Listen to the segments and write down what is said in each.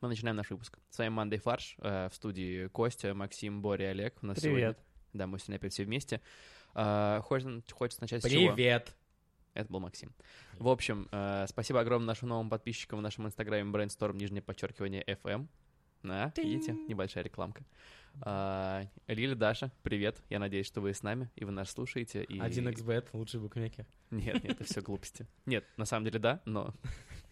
Мы начинаем наш выпуск. С вами Мандай Фарш. э, в студии Костя, Максим, Боря, Олег. У нас Привет. сегодня- Да, мы сегодня опять все вместе. Э, хочется, хочется начать с чего? Привет. Это был Максим. В общем, э, спасибо огромное нашим новым подписчикам в нашем инстаграме Brainstorm, нижнее подчеркивание FM. На, видите, небольшая рекламка. А, Лили, Даша, привет. Я надеюсь, что вы с нами, и вы нас слушаете. И... 1xbet, лучшие букмекер. Нет, нет, это все глупости. Нет, на самом деле да, но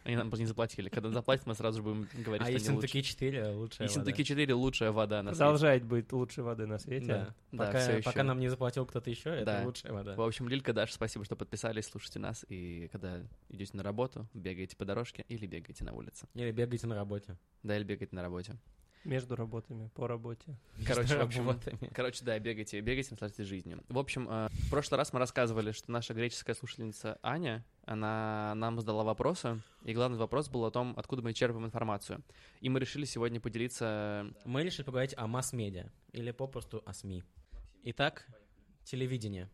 они нам просто не заплатили. Когда заплатят, мы сразу же будем говорить, А что они лучше. Ессентуки 4 лучшая Ессентуки 4 лучшая вода на свете. Продолжает быть лучшей воды на свете. Да. Да, всё Пока, ещё. пока нам не заплатил кто-то еще, Да. это лучшая вода. В общем, Лилька, Даша, спасибо, что подписались, слушайте нас. И когда идете на работу, бегаете по дорожке или бегаете на улице. Или бегайте на работе. Да, или бегаете на работе. Между работами, по работе. Короче, Между в общем, работами. Короче, да, бегайте, бегайте, наслаждайтесь жизнью. В общем, э, в прошлый раз мы рассказывали, что наша греческая слушательница Аня, она нам задала вопросы, и главный вопрос был о том, откуда мы черпаем информацию. И мы решили сегодня поделиться... Мы решили поговорить о масс-медиа, или попросту о СМИ. Итак, телевидение.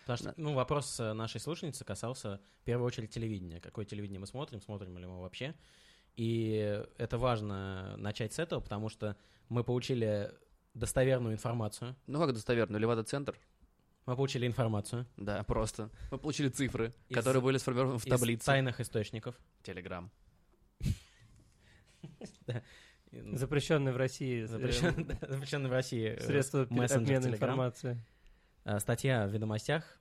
Потому что, ну, вопрос э, нашей слушательницы касался, в первую очередь, телевидения. Какое телевидение мы смотрим, смотрим ли мы вообще. И это важно э, начать с этого, потому что мы получили достоверную информацию. Ну как достоверно, Левада-центр? Мы получили информацию Да, просто. Мы получили цифры, Из- которые были сформированы в из таблице. тайных источников. Телеграм. Запрещенные в России э, эм, Запрещенный в России э, средства пе- мессенджер обмена Telegram. информации. А, Статья в «Ведомостях»,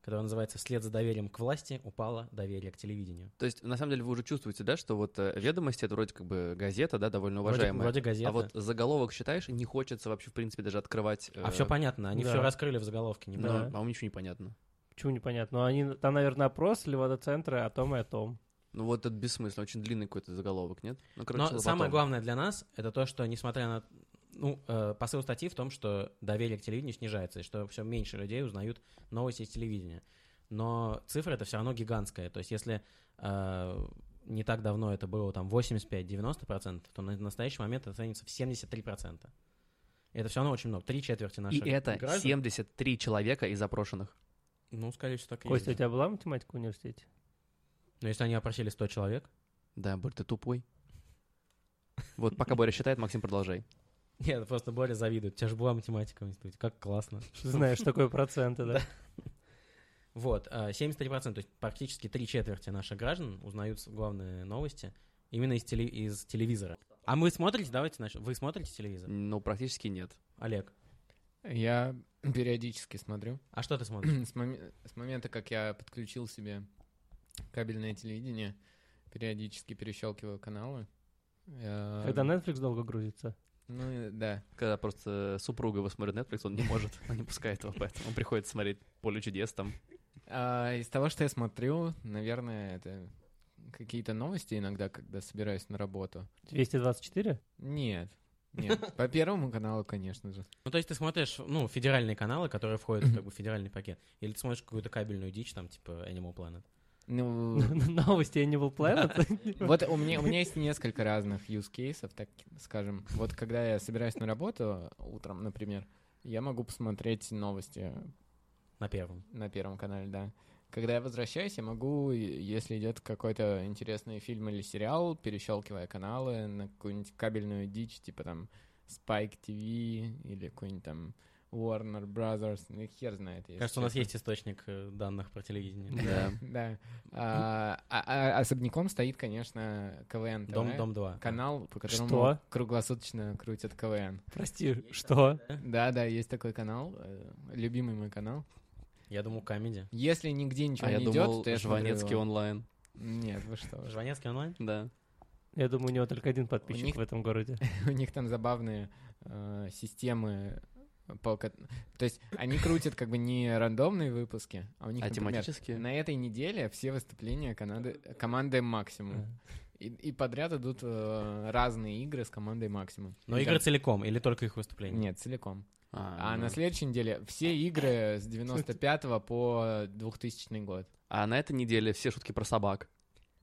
которая называется «Вслед за доверием к власти упало доверие к телевидению». То есть, на самом деле, вы уже чувствуете, да, что вот э, «Ведомости» — это вроде как бы газета, да, довольно Вроде- уважаемая. Вроде, газета. А вот заголовок, считаешь, не хочется вообще, в принципе, даже открывать... А все понятно, типа, они да. все раскрыли в заголовке. не понятно. было. Да. А вам ничего не понятно. Почему непонятно? Но они, там, наверное, опрос Левада-центра о том и о том. Ну вот это бессмысленно, очень длинный какой-то заголовок, нет? Ну, Но ладно, самое потом. главное для нас — это то, что, несмотря на... Ну, э, посыл статьи в том, что доверие к телевидению снижается, и что все меньше людей узнают новости из телевидения. Но цифра — это все равно гигантская. То есть если э, не так давно это было там 85-90%, то на настоящий момент это ценится в 73%. И это все равно очень много. Три четверти наших И это граждан- 73 человека из опрошенных. Ну, скорее всего, так и Костя, у есть. тебя была математика в университете? Но если они опросили 100 человек... Да, Борь, ты тупой. Вот пока Боря считает, Максим, продолжай. Нет, просто Боря завидует. У тебя же была математика в институте. Как классно. Знаешь, что такое проценты, да? Вот, а, 73%, то есть практически три четверти наших граждан узнают с- главные новости именно из, теле- из телевизора. А мы смотрите, давайте начнем. Вы смотрите телевизор? Ну, практически нет. Олег, Я периодически смотрю. а что ты смотришь? с, моме- с момента, как я подключил себе кабельное телевидение, периодически перещелкиваю каналы. Э, Когда Netflix долго грузится. Ну и- да. Когда просто супруга его смотрит Netflix, он не может, он не пускает его, поэтому он приходится смотреть «Поле чудес» там. А из того, что я смотрю, наверное, это какие-то новости иногда, когда собираюсь на работу. 224? Нет. Нет. По первому каналу, конечно же. Ну, то есть ты смотришь, ну, федеральные каналы, которые входят в как бы, федеральный пакет. Или ты смотришь какую-то кабельную дичь, там, типа Animal Planet. Ну, Новости Animal Planet? Вот у меня, у меня есть несколько разных use кейсов, так скажем. Вот когда я собираюсь на работу утром, например, я могу посмотреть новости На первом. на Первом канале, да. Когда я возвращаюсь, я могу, е- если идет какой-то интересный фильм или сериал, перещелкивая каналы на какую-нибудь кабельную дичь, типа там Spike TV или какой-нибудь там Warner Brothers, ну, хер знает. если Кажется, у нас честно. есть источник э, данных про телевидение. Да. Да. А, а- а особняком стоит, конечно, КВН. -ТВ. Дом, дом 2. канал, по которому Что? круглосуточно крутят КВН. Прости, что? Да, да, есть такой канал, э, любимый мой канал. Я думал, камеди. Если нигде ничего А я не думал, идет, то я смотрю Жванецкий его. онлайн. Нет, вы что? ж. Жванецкий онлайн? Да. Я думаю, у него только один подписчик У них- в этом городе. У них там забавные э, системы. по ко- То есть они крутят как бы не рандомные выпуски, а у них, А например, тематически? на этой неделе все выступления Канады, команды Э. Максимум. И, и подряд идут э, разные игры с командой Максимум. Но И игры там- целиком или только их выступления? Нет, целиком. А ну. на следующей неделе все игры с 95 по 2000 год. А на этой неделе все шутки про собак.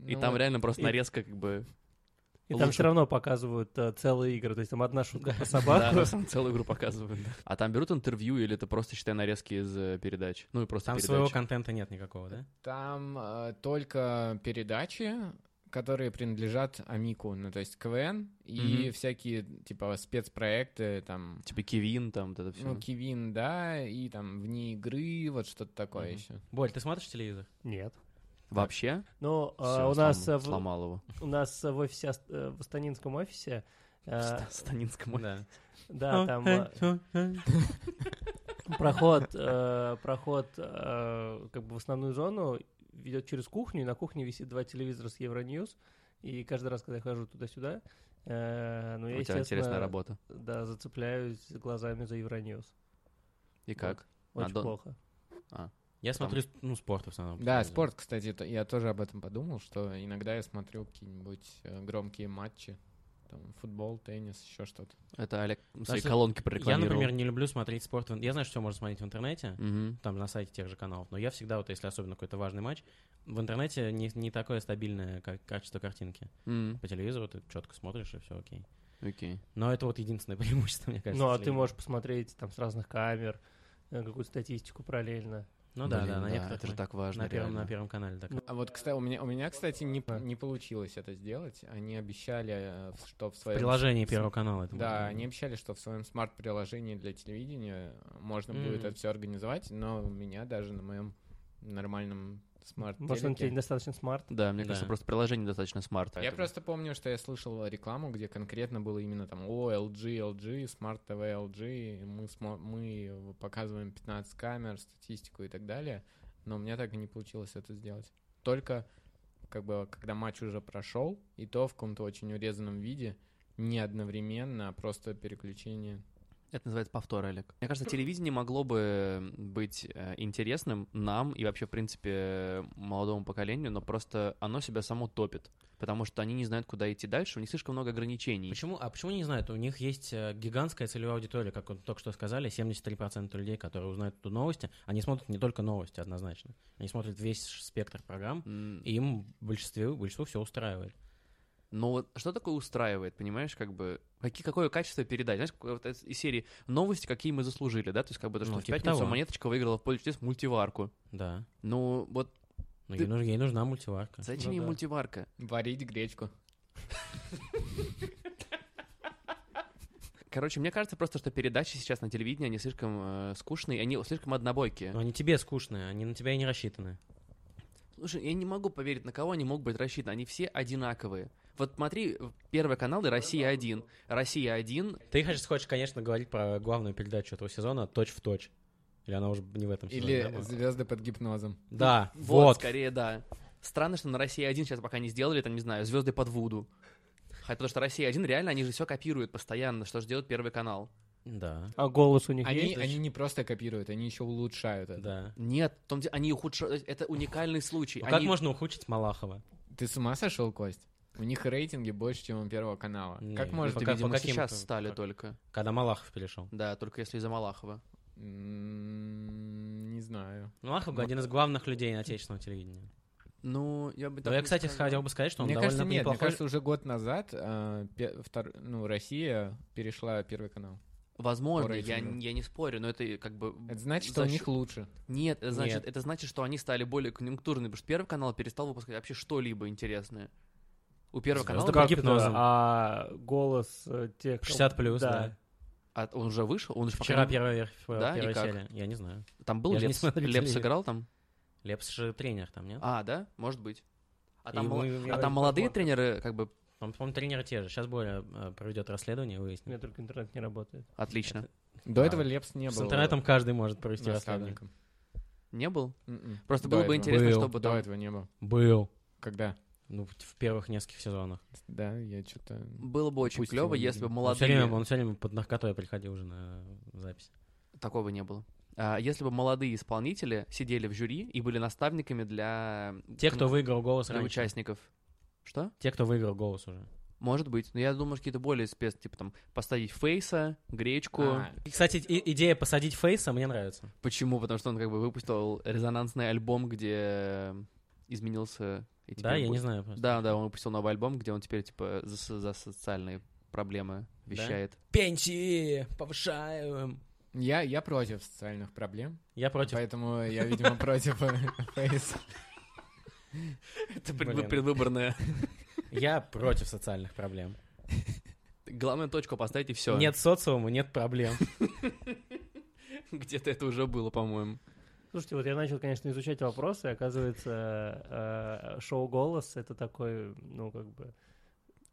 И Ну, там вот, реально просто И- нарезка как бы... И там Лучше. все равно показывают э, целые игры. То есть там одна шутка про Да, собаку. да, там целую игру показывают. да. А там берут интервью или это просто, считай, нарезки из э, передач? Ну и просто Там передач. своего контента нет никакого, да? Там э, только передачи, которые принадлежат Амику, ну, то есть КВН и Мгм. всякие, типа, спецпроекты, там, Типа Кивин там, вот это все. ну, Кивин, да, и там вне игры, вот что-то такое Мгм. еще. Боль, ты смотришь телевизор? Нет. Вообще? Ну, а, Всё, у, нас, слом- э, в, сломал его. у нас в офисе, аст- э, в Астанинском офисе, э, В Ста- Станинском офисе. да, Да. там э, проход, э, проход э, как бы в основную зону ведет через кухню, и на кухне висит два телевизора с Евроньюз, и каждый раз, когда я хожу туда-сюда, э, ну, я, У тебя интересная естественно, работа. Да, зацепляюсь глазами за Евроньюз. И как? Очень Надо- плохо. Я смотрю, ну, спорт в основном. по Да, телевизору. спорт, кстати, то- я тоже об этом подумал, что иногда я смотрю какие-нибудь э, громкие матчи, там, футбол, теннис, еще что-то. Это Олег свои что колонки Я, например, прорекламировал. не люблю смотреть спорт. в ин- Я знаю, что все можно смотреть в интернете, Мгм. там на сайте тех же каналов, но я всегда, вот если особенно какой-то важный матч, в интернете не, не такое стабильное ка- качество картинки. М, По телевизору ты четко смотришь, и все окей. Окей. Но это вот единственное преимущество, мне кажется. Ну, а ты телевизора. можешь посмотреть там с разных камер, э, какую-то статистику параллельно. Ну да, Блин, да, на некоторых. Это же на- так важно. на первом, реально. на первом канале. так. А вот, кстати, у меня, у меня кстати, не, Да. не получилось это сделать. Они обещали, э, что в В своем... приложении первого канала. это Да, можно. они обещали, что в своем смарт-приложении для телевидения можно М. будет это все организовать, но у меня даже на моем нормальном смарт Может, он тебе недостаточно смарт? Да, мне кажется, Да. просто приложение достаточно смарт. Я просто помню, что я слышал рекламу, где конкретно было именно там, о, LG, LG, Smart TV, LG, мы, смо- мы показываем 15 камер, статистику и так далее, но у меня так и не получилось это сделать. Только как бы, когда матч уже прошел, и то в каком-то очень урезанном виде, не одновременно, а просто переключение. Это называется повтор, Олег. Мне кажется, телевидение могло бы быть э, интересным нам и вообще, в принципе, молодому поколению, но просто оно себя само топит, потому что они не знают, куда идти дальше, у них слишком много ограничений. Почему, а почему не знают? У них есть э, гигантская целевая аудитория, как вот только что сказали, 73% людей, которые узнают эту новости, они смотрят не только новости однозначно, они смотрят весь ш- спектр программ, М, и им в большинстве, большинство все устраивает. Но вот что такое устраивает, понимаешь, как бы... Какие, какое качество передач? Знаешь, как вот из серии новости, какие мы заслужили, да? То есть как бы то, Ну, что в типа пятницу того. Монеточка выиграла в поле чудес мультиварку. Да. Ну, вот Но Ты- ей, нужна, ей нужна мультиварка. зачем Ну ей да. мультиварка? Варить гречку. Короче, мне кажется просто, что передачи сейчас на телевидении, они слишком э, скучные, они слишком однобойкие. Но они тебе скучные, они на тебя и не рассчитаны. Слушай, я не могу поверить, на кого они могут быть рассчитаны. Они все одинаковые. Вот смотри, первый канал и Россия 1. Россия 1. Ты хочешь, хочешь, конечно, говорить про главную передачу этого сезона «Точь в точь». Или она уже не в этом сезоне, да, Или была? звезды под гипнозом. Да, ну, Вот, вот. скорее, да. Странно, что на Россия 1 сейчас пока не сделали, там, не знаю, звезды под Вуду. Хотя потому что Россия 1 реально, они же все копируют постоянно, что же делает первый канал. Да, А голос у них Они, есть? они не просто копируют, они еще улучшают это. да. Нет, в том, де- они ухудшают. Это уникальный случай. Ну, Как Они- можно ухудшить Малахова? Ты с ума сошел, Кость? У них рейтинги больше, чем у Первого канала. Не, как ну можно... Это, Пока- видимо, по каким сейчас это- стали как- только. Когда Малахов перешел. Да, только если из-за Малахова. М, Не знаю. Малахов Ну, один из главных людей на отечественного телевидения. Ну, я бы Но так я, не кстати, сказал. хотел бы сказать, что он мне довольно кажется, нет. Мне неплохой. кажется, уже год назад э, пе- втор- ну, Россия перешла Первый канал. Возможно, по я, рейтингу. я не спорю, но это как бы... Это за значит, что у счет- них лучше. Нет, это значит, Нет. это значит, что они стали более конъюнктурными, потому что Первый канал перестал выпускать вообще что-либо интересное. У Первого Звезды канала... под Как-то, гипнозом. А голос э, тех... 60 плюс, да. А он уже вышел? Он же пока Вчера не- первая, верх- Да, и первая как? серия. Я не знаю. Там был Я же не Лепс? смотрю Лепс телевизор. играл там? Лепс же тренер там, нет? А, да? Может быть. А там, И мало- мы- а я- там молодые тренеры, как бы, По-моему, по-моему, тренеры те же. Сейчас более э, проведет расследование и У меня выяснит. только интернет не работает. отлично. До Да. этого Лепс не С был интернетом каждый может провести расследование. наставником. Не был? М-м. Просто До было бы этого. интересно, Был. чтобы До там... этого не было. Был. Когда? Ну, в- в первых нескольких сезонах. Да, я что-то... Было бы очень Пусть клево, его не если бы видно. Он все, время, молодые... он все время под наркотой приходил уже на запись. Такого не было. А, если бы молодые исполнители сидели в жюри и были наставниками для... Те, кто выиграл голос Для раньше. участников. Что? Те, кто выиграл голос уже. Может быть, но я думаю, что какие-то более спец, типа там поставить фейса, гречку. А, И, кстати, и- идея посадить Фейса мне нравится. Почему? Потому что он как бы выпустил резонансный альбом, где изменился. и Да, теперь я бу- не знаю просто. Да, да, он выпустил новый альбом, где он теперь типа за, со- за социальные проблемы Да? вещает. Пенсии повышаем. я, я против социальных проблем, Я против поэтому я, видимо, против э, Фейса. Это Блин. предвыборная Я против социальных проблем. Главную точку поставить и все. Нет социума, нет проблем. Где-то это уже было, по-моему. Слушайте, вот я начал, конечно, изучать вопросы, и оказывается, э, шоу «Голос» — это такой, ну, как бы,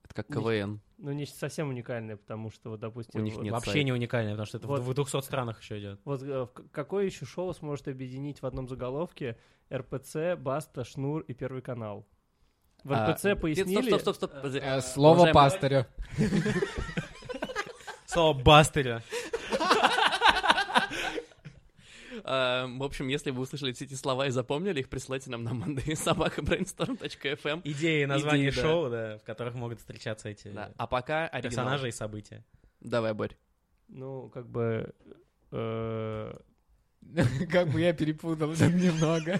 Это как Не- КВН. ну, нечто совсем уникальное, потому что, вот, допустим... У них вот- Нет Вообще сайта. не уникально, потому что это Вот. в 200 странах еще идет. Вот э, в к- какое еще шоу сможет объединить в одном заголовке РПЦ, Баста, Шнур и Первый канал? В А, РПЦ нет, пояснили... Стоп, стоп, А, стоп, стоп. подожди. Э, Слово Уважаемый- пастырю. Слово бастыря. А, В общем, если вы услышали все эти слова и запомнили их, присылайте нам на mandasobakabrainstorm.fm. Идеи и названия Идеи, да. шоу, да, в которых могут встречаться эти Да. А пока оригинал. персонажи и события. Давай, Борь. Ну, как бы... э, Как бы я перепутал немного.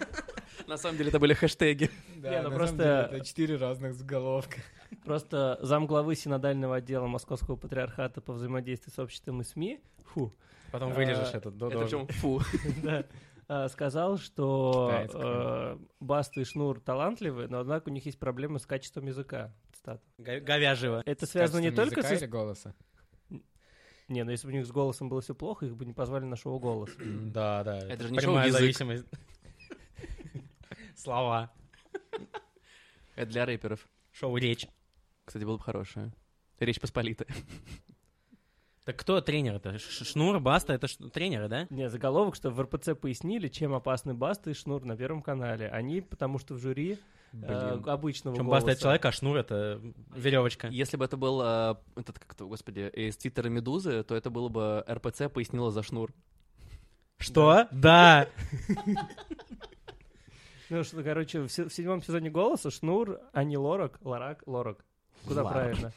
На самом деле это были хэштеги. Не, Да, ну на самом просто- деле это четыре разных заголовка. Просто замглавы синодального отдела Московского патриархата по взаимодействию с обществом и СМИ, фу, Потом А, вырежешь этот Это до причем фу. да, а, сказал, что Китайская. э, Баста и Шнур талантливы, но однако у них есть проблемы с качеством языка. Цитата. говяжьего. Это связано не Качеством только языка с... или голоса. Не, ну если бы у них с голосом было все плохо, их бы не позвали на шоу «Голос». Да, да. Это же не прямая шоу-язык. зависимость. Слова. Это для рэперов. Шоу речь. Кстати, было бы хорошее. Речь Посполитая. Так кто тренер-то? Ш- Шнур, Баста, это ш- тренеры, да? Не, заголовок, что в РПЦ пояснили, чем опасны Баста и Шнур на Первом канале. Они, потому что в жюри э, Блин. обычного Причем голоса... Баста это человек, а Шнур это веревочка. Если бы это был э, этот, как то господи, из Твиттера Медузы, то это было бы РПЦ пояснило за шнур. Что? Да. Ну, что, короче, в, се- в седьмом сезоне «Голоса» Шнур, а не Лорак, Лорак, Лорак. Куда Ларак. правильно?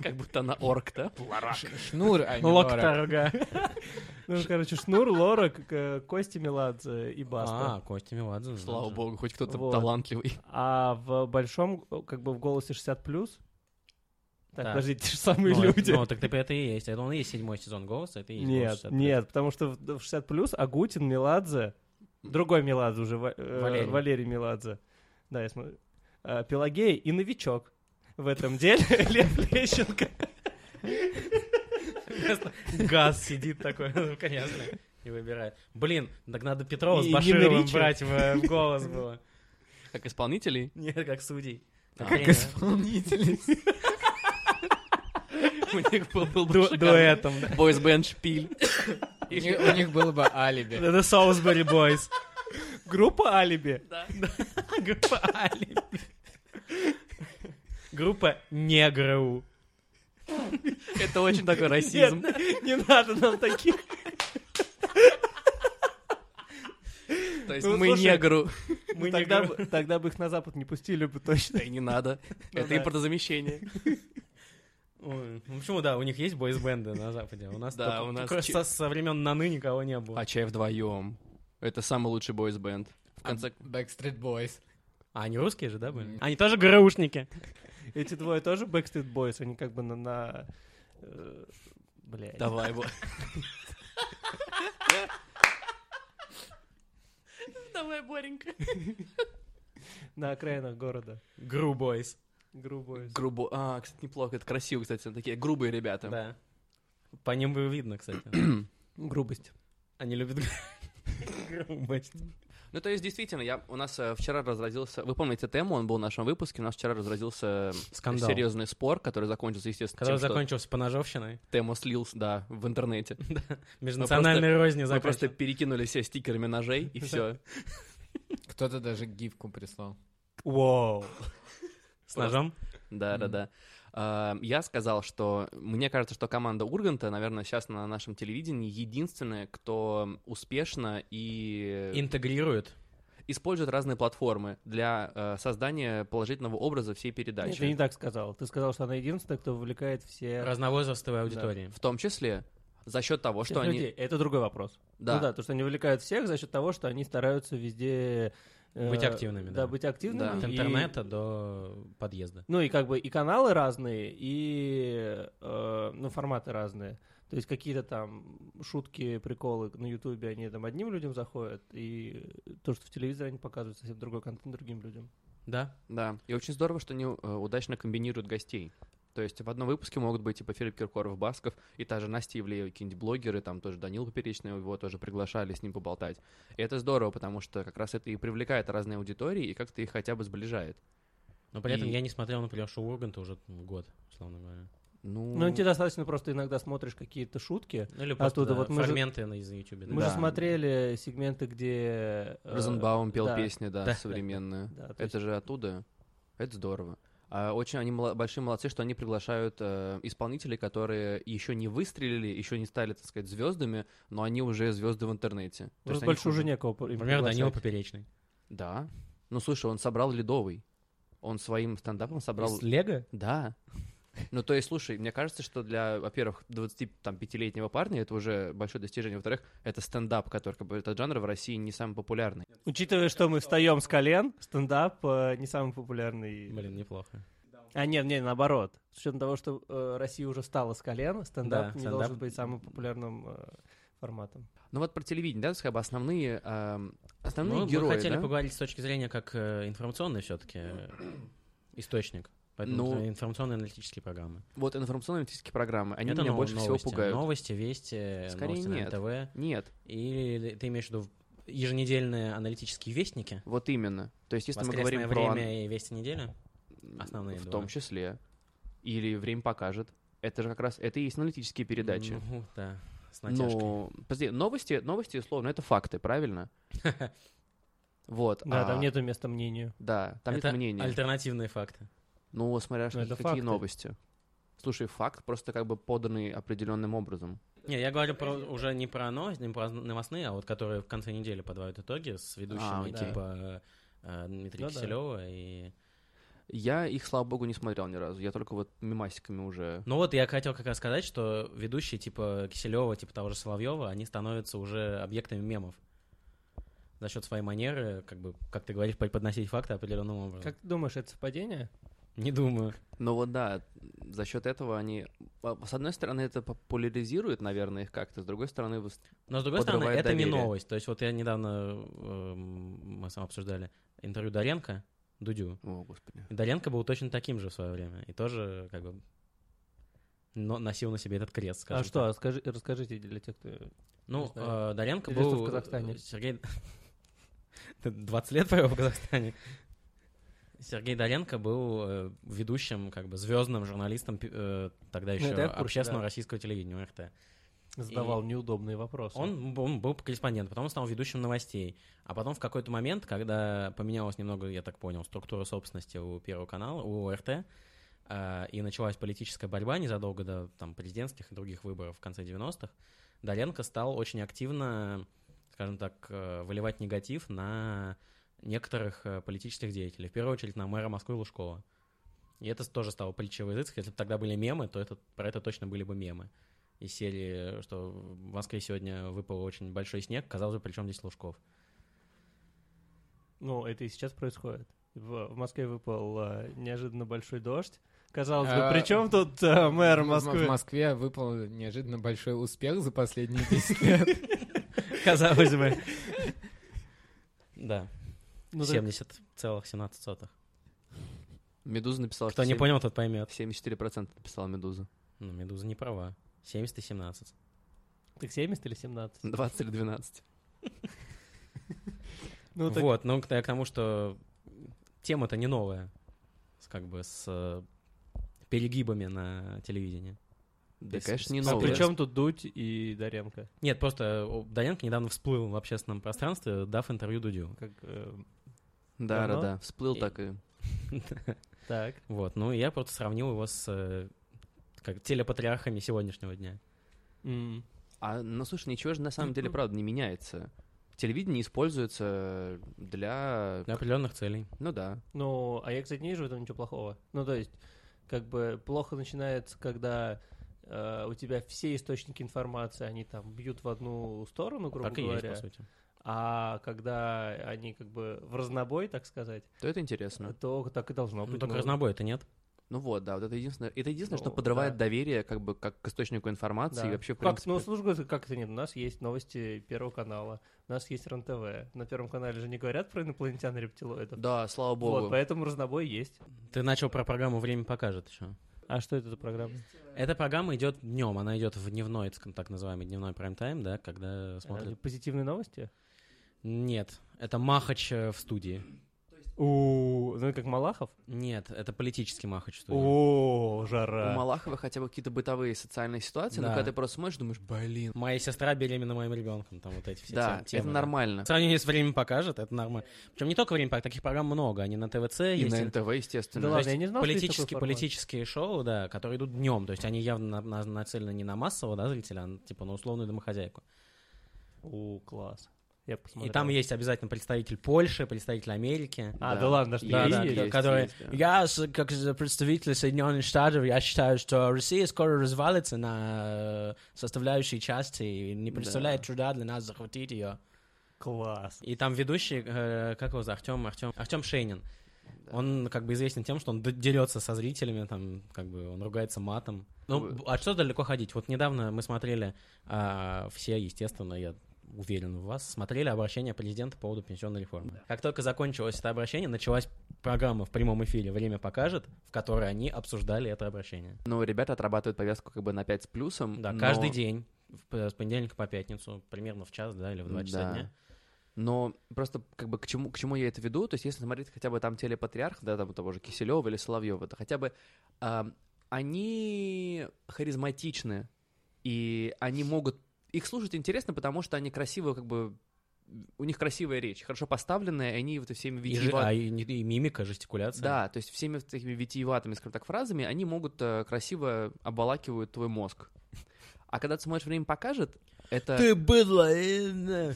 Как будто она орк, да? Ш- Шнур, а не Лок лора. Тарга. Ну, короче, Шнур, Лорак, э, Костя Меладзе и Баста. А, Костя Меладзе. Слава да. богу, хоть кто-то Вот. талантливый. А в большом, э, как бы в «Голосе» 60+, так, Так. подожди, те же самые Ну, люди. Ну, так это и есть. Это он и есть седьмой сезон голоса, это и есть Нет, «Голос 60+. нет, потому что в в 60 плюс Агутин, Меладзе, другой Меладзе уже, Ва- э, Валерий. Валерий, Меладзе. Да, я смотрю. А, Пелагея и новичок. В этом деле Лев Лещенко. Газ сидит такой, ну, конечно, и выбирает. Блин, так надо Петрова И с Нина Башировым Ричи. брать в, э, в голос было. Как исполнителей. Нет, как судей. А, Как Тренера. Исполнители. У них был, был бы Ду- шикарный Дуэтом, да. Boys Band Шпиль. У них- у них было бы алиби. Это Солсбери Бойс. Группа Алиби. Группа Али. Группа Негру. Это очень такой расизм. Нет, не надо нам таких. То есть Ну, мы слушай, негру. Мы тогда тогда, бы, тогда бы их на Запад не пустили бы точно. Да и не надо. Ну Это да. импортозамещение. Ой, Ну почему, да, у них есть бойсбенды на Западе. У нас Да, только- у нас только чи- со, со времен Наны никого не было. А чай вдвоем. Это самый лучший бойс бенд. В конце... Backstreet Boys. А они русские же, да, были? Мгм. Они тоже ГРУшники. Эти двое тоже Backstreet Boys, они как бы на... на э, блядь. Давай его. Давай, Боренька. На окраинах города. ГРУ Бойс. Гру Boys. Грубо. А, кстати, неплохо. Это красиво, кстати. Такие грубые ребята. Да. По ним бы видно, кстати. Грубость. Они любят грубость. Ну, то есть, действительно, я, у нас э, вчера разразился... Вы помните тему, он был в нашем выпуске. У нас вчера разразился э, Скандал. серьезный спор, который закончился, естественно, Который тем, что закончился поножовщиной. тему слился, да, в интернете. Межнациональные розни Мы просто закончились. перекинули все стикерами ножей, и все. Кто-то даже гифку прислал. Вау. С ножом. Да, да, да. А, Я сказал, что мне кажется, что команда Урганта, наверное, сейчас на нашем телевидении единственная, кто успешно и Интегрируют. использует разные платформы для э, создания положительного образа всей Нет, ты не передачи. так сказал. Ты сказал, что она единственная, кто вовлекает все Разновозрастовой аудитории. В том числе за счет того, что всех людей. они... Это другой вопрос. Ну да, Да, то, что они вовлекают всех за счет того, что они стараются везде... э, Быть активными, да. Да, быть активными. Да. От и- интернета до подъезда. Ну и как бы и каналы разные, и э, ну, форматы разные. То есть какие-то там шутки, приколы на Ютубе, они там одним людям заходят, и то, что в телевизоре они показывают, совсем другой контент другим людям. Да. Да, и очень здорово, что они э, удачно комбинируют гостей. То есть в одном выпуске могут быть типа Филипп Киркоров, Басков и та же Настя Ивлеева, какие-нибудь блогеры, там тоже Данил Поперечный, его тоже приглашали с ним поболтать. И это здорово, потому что как раз это и привлекает разные аудитории и как-то их хотя бы сближает. Но при этом И- я не смотрел, например, шоу Урганта уже м, год, условно говоря. Ну, Ну, тебе достаточно просто иногда смотришь какие-то шутки. Ну, А или просто Оттуда да, вот мы же- фрагменты на из YouTube. Мы Да. же смотрели сегменты, где... э, Розенбаум пел да. песни, да, Да. современные. Да, то есть- Это же оттуда. Это здорово. А очень они мало- большие молодцы, что они приглашают э, исполнителей, которые еще не выстрелили, еще не стали, так сказать, звездами, но они уже звезды в интернете. То есть Просто они больше уже- уже некого им Например, Данила приглашать. Поперечный. Да. Ну, слушай, он собрал Ледовый. Он своим стендапом собрал... Из Лего? Да. Ну, то есть, слушай, мне кажется, что для, во-первых, 25-летнего парня это уже большое достижение. Во-вторых, это стендап, который, как бы, этот жанр в России не самый популярный. Учитывая, что мы встаем с колен, стендап э, не самый популярный. Блин, неплохо. А, нет, не, наоборот. С учетом того, что э, Россия уже стала с колен, стендап Да, не стендап- должен быть самым популярным э, форматом. Ну, вот про телевидение, да, то есть, как бы основные, эм, основные Ну, герои, мы хотели да? поговорить с точки зрения как э, информационный все-таки источник. Поэтому Ну- э, информационно-аналитические программы. Вот информационно-аналитические программы, они Это меня но- больше всего новости. пугают. Новости, вести, Скорее новости нет. на НТВ. Нет, Или ты имеешь в виду еженедельные аналитические вестники? вот именно. То есть, если мы «Воскресное говорим про... время» и «Вести недели»? Основные в два. том числе. Или время покажет. Это же как раз, это и есть аналитические передачи. Ну, да, с натяжкой. Ну, подожди, новости, новости, условно, это факты, правильно? Вот. Да, а, там нету места мнению. Да, там Это нет мнения. альтернативные факты. Ну, смотря что, Ну, это какие факты. новости. Слушай, факт просто как бы поданный определенным образом. Не, я говорю про, уже не про новости, не про новостные, а вот которые в конце недели подводят итоги с ведущими, окей. типа э, Дмитрия Ну да. Киселева и... Я их, слава богу, не смотрел ни разу. Я только вот мимасиками уже... Ну вот я хотел как раз сказать, что ведущие типа Киселева, типа того же Соловьева, они становятся уже объектами мемов за счет своей манеры, как бы, как ты говоришь, преподносить факты определенным образом. Как ты думаешь, это совпадение? Не думаю. Ну вот да, за счет этого они... а, С одной стороны, это популяризирует, наверное, их как-то. С другой стороны, выс- Но с другой стороны, Подрывает это не доверие. новость. То есть вот я недавно, эм, мы с вами обсуждали интервью Доренко, Дудю. О, господи. Доренко был точно таким же в свое время. И тоже, как бы, но носил на себе этот крест, скажем а что, так. расскажи, расскажите для тех, кто... Ну, Не знаю. э, Доренко Или что был... в Казахстане? э, Сергей... 20 лет провел в Казахстане. Сергей Доренко был э, ведущим, как бы, звездным журналистом пи- э, тогда еще Ну, это я в курсе, общественного да. российского телевидения, РТ. Задавал неудобные вопросы. Он, б- он был корреспондентом, потом он стал ведущим новостей. А потом в какой-то момент, когда поменялась немного, я так понял, структура собственности у Первого канала, у ОРТ, э, и началась политическая борьба незадолго до там, президентских и других выборов в конце 90-х, Доленко стал очень активно, скажем так, э, выливать негатив на некоторых э, политических деятелей. В первую очередь на мэра Москвы Лужкова. И это тоже стало притчевой язык. Если бы тогда были мемы, то это, про это точно были бы мемы. Из серии, что в Москве сегодня выпал очень большой снег, казалось бы, при чем здесь Лужков? Ну, это и сейчас происходит. В, в Москве выпал э, неожиданно большой дождь. Казалось бы, А, при чем тут э, мэр В- В Москвы? Москве выпал неожиданно большой успех за последние 10 лет. Казалось бы. Да, Ну, так 70,17. Медуза написала, Кто не семь- понял, тот поймет. 74% написала Медуза. Ну, Медуза не права. 70 и 17. так 70 или 17? 20 или 12. Ну, так Вот, ну, к я к тому, что тема-то не новая. С, как бы с э, перегибами на телевидении. Да, Без- конечно, не без- А новое. при чем тут Дудь и Даренко? Нет, просто о, Даненко недавно всплыл в общественном пространстве, дав интервью Дудю. Как, э, Да, да, Давно? да. Всплыл И- так и... так. Вот, ну, я просто сравнил его с э, как телепатриархами сегодняшнего дня. М. А, ну, слушай, ничего же на самом деле, правда, не меняется. Телевидение используется для... Для определенных целей. Ну да. Ну, а я, кстати, не вижу в этом ничего плохого. Ну, то есть, как бы плохо начинается, когда э, у тебя все источники информации, они там бьют в одну сторону, грубо так и говоря. есть, по сути. а когда они как бы в разнобой, так сказать, То это интересно. то так и должно быть. Ну, только ну. разнобоя-то нет. Ну вот, да, вот это единственное, это единственное, что Ну, подрывает да. доверие как бы как к источнику информации Да. и вообще в Как, принципе. ну, служба, это как это нет? У нас есть новости Первого канала, у нас есть РЕН-ТВ. На Первом канале же не говорят про инопланетян и рептилоидов. Да, слава богу. Вот, поэтому разнобой есть. Ты начал про программу «Время покажет» еще. А что это за программа? Э, Эта программа идет днем, она идет в дневной, так- так называемый дневной прайм-тайм, да, когда смотрят... Э, Позитивные новости? Нет, это Махач э, в студии. У, ну и как Малахов? Нет, это политический Махач в студии. О, У жара. Малахова хотя бы какие-то бытовые социальные ситуации, но Да. когда ты просто смотришь, думаешь, блин. Моя сестра беременна моим ребенком, там вот эти все Да, те- темы. это нормально. В сравнении с «Время покажет», это нормально. Причем не только «Время покажет», таких программ много, они на ТВЦ И есть. на и- НТВ, Да естественно. ладно, То есть я не знал, что есть политические, такой формат. политические шоу, да, которые идут днем, то есть они явно на- на- нацелены не на массового, да, зрителя, а на, типа на условную домохозяйку. У, класс. Я посмотрел. И там есть обязательно представитель Польши, представитель Америки. А, да ладно, что Да, есть, да, есть, ко- есть, которые- есть, да. Я, с- как за- представитель Соединенных Штатов, я считаю, что Россия скоро развалится на э, составляющие части и не Да. представляет труда для нас захватить ее. Класс. И там ведущий, э, как его зовут, Артем, Артем, Артем Шейнин. Он как бы известен тем, что он д- дерется со зрителями, там, как бы он ругается матом. Ну, Ой. б- а что далеко ходить? Вот недавно мы смотрели, а, все, естественно, я уверен в вас, смотрели обращение президента по поводу пенсионной реформы. Как только закончилось это обращение, началась программа в прямом эфире «Время покажет», в которой они обсуждали это обращение. Ну, ребята отрабатывают повестку как бы на 5 с плюсом. Да, но- каждый день, в п- с понедельника по пятницу, примерно в час, да, или в два часа Да. дня. Но просто как бы к чему, к чему я это веду, то есть если смотреть хотя бы там телепатриарх, да, там того же Киселева или Соловьева, то хотя бы а, они харизматичны, и они могут... Их слушать интересно, потому что они красиво как бы... У них красивая речь, хорошо поставленная, и они вот всеми И, же- витиеватыми... а, и, и мимика, жестикуляция. Да, то есть всеми такими витиеватыми, скажем так, фразами они могут э, красиво обволакивают твой мозг. А когда ты смотришь «Время покажет», Э, это... быдло!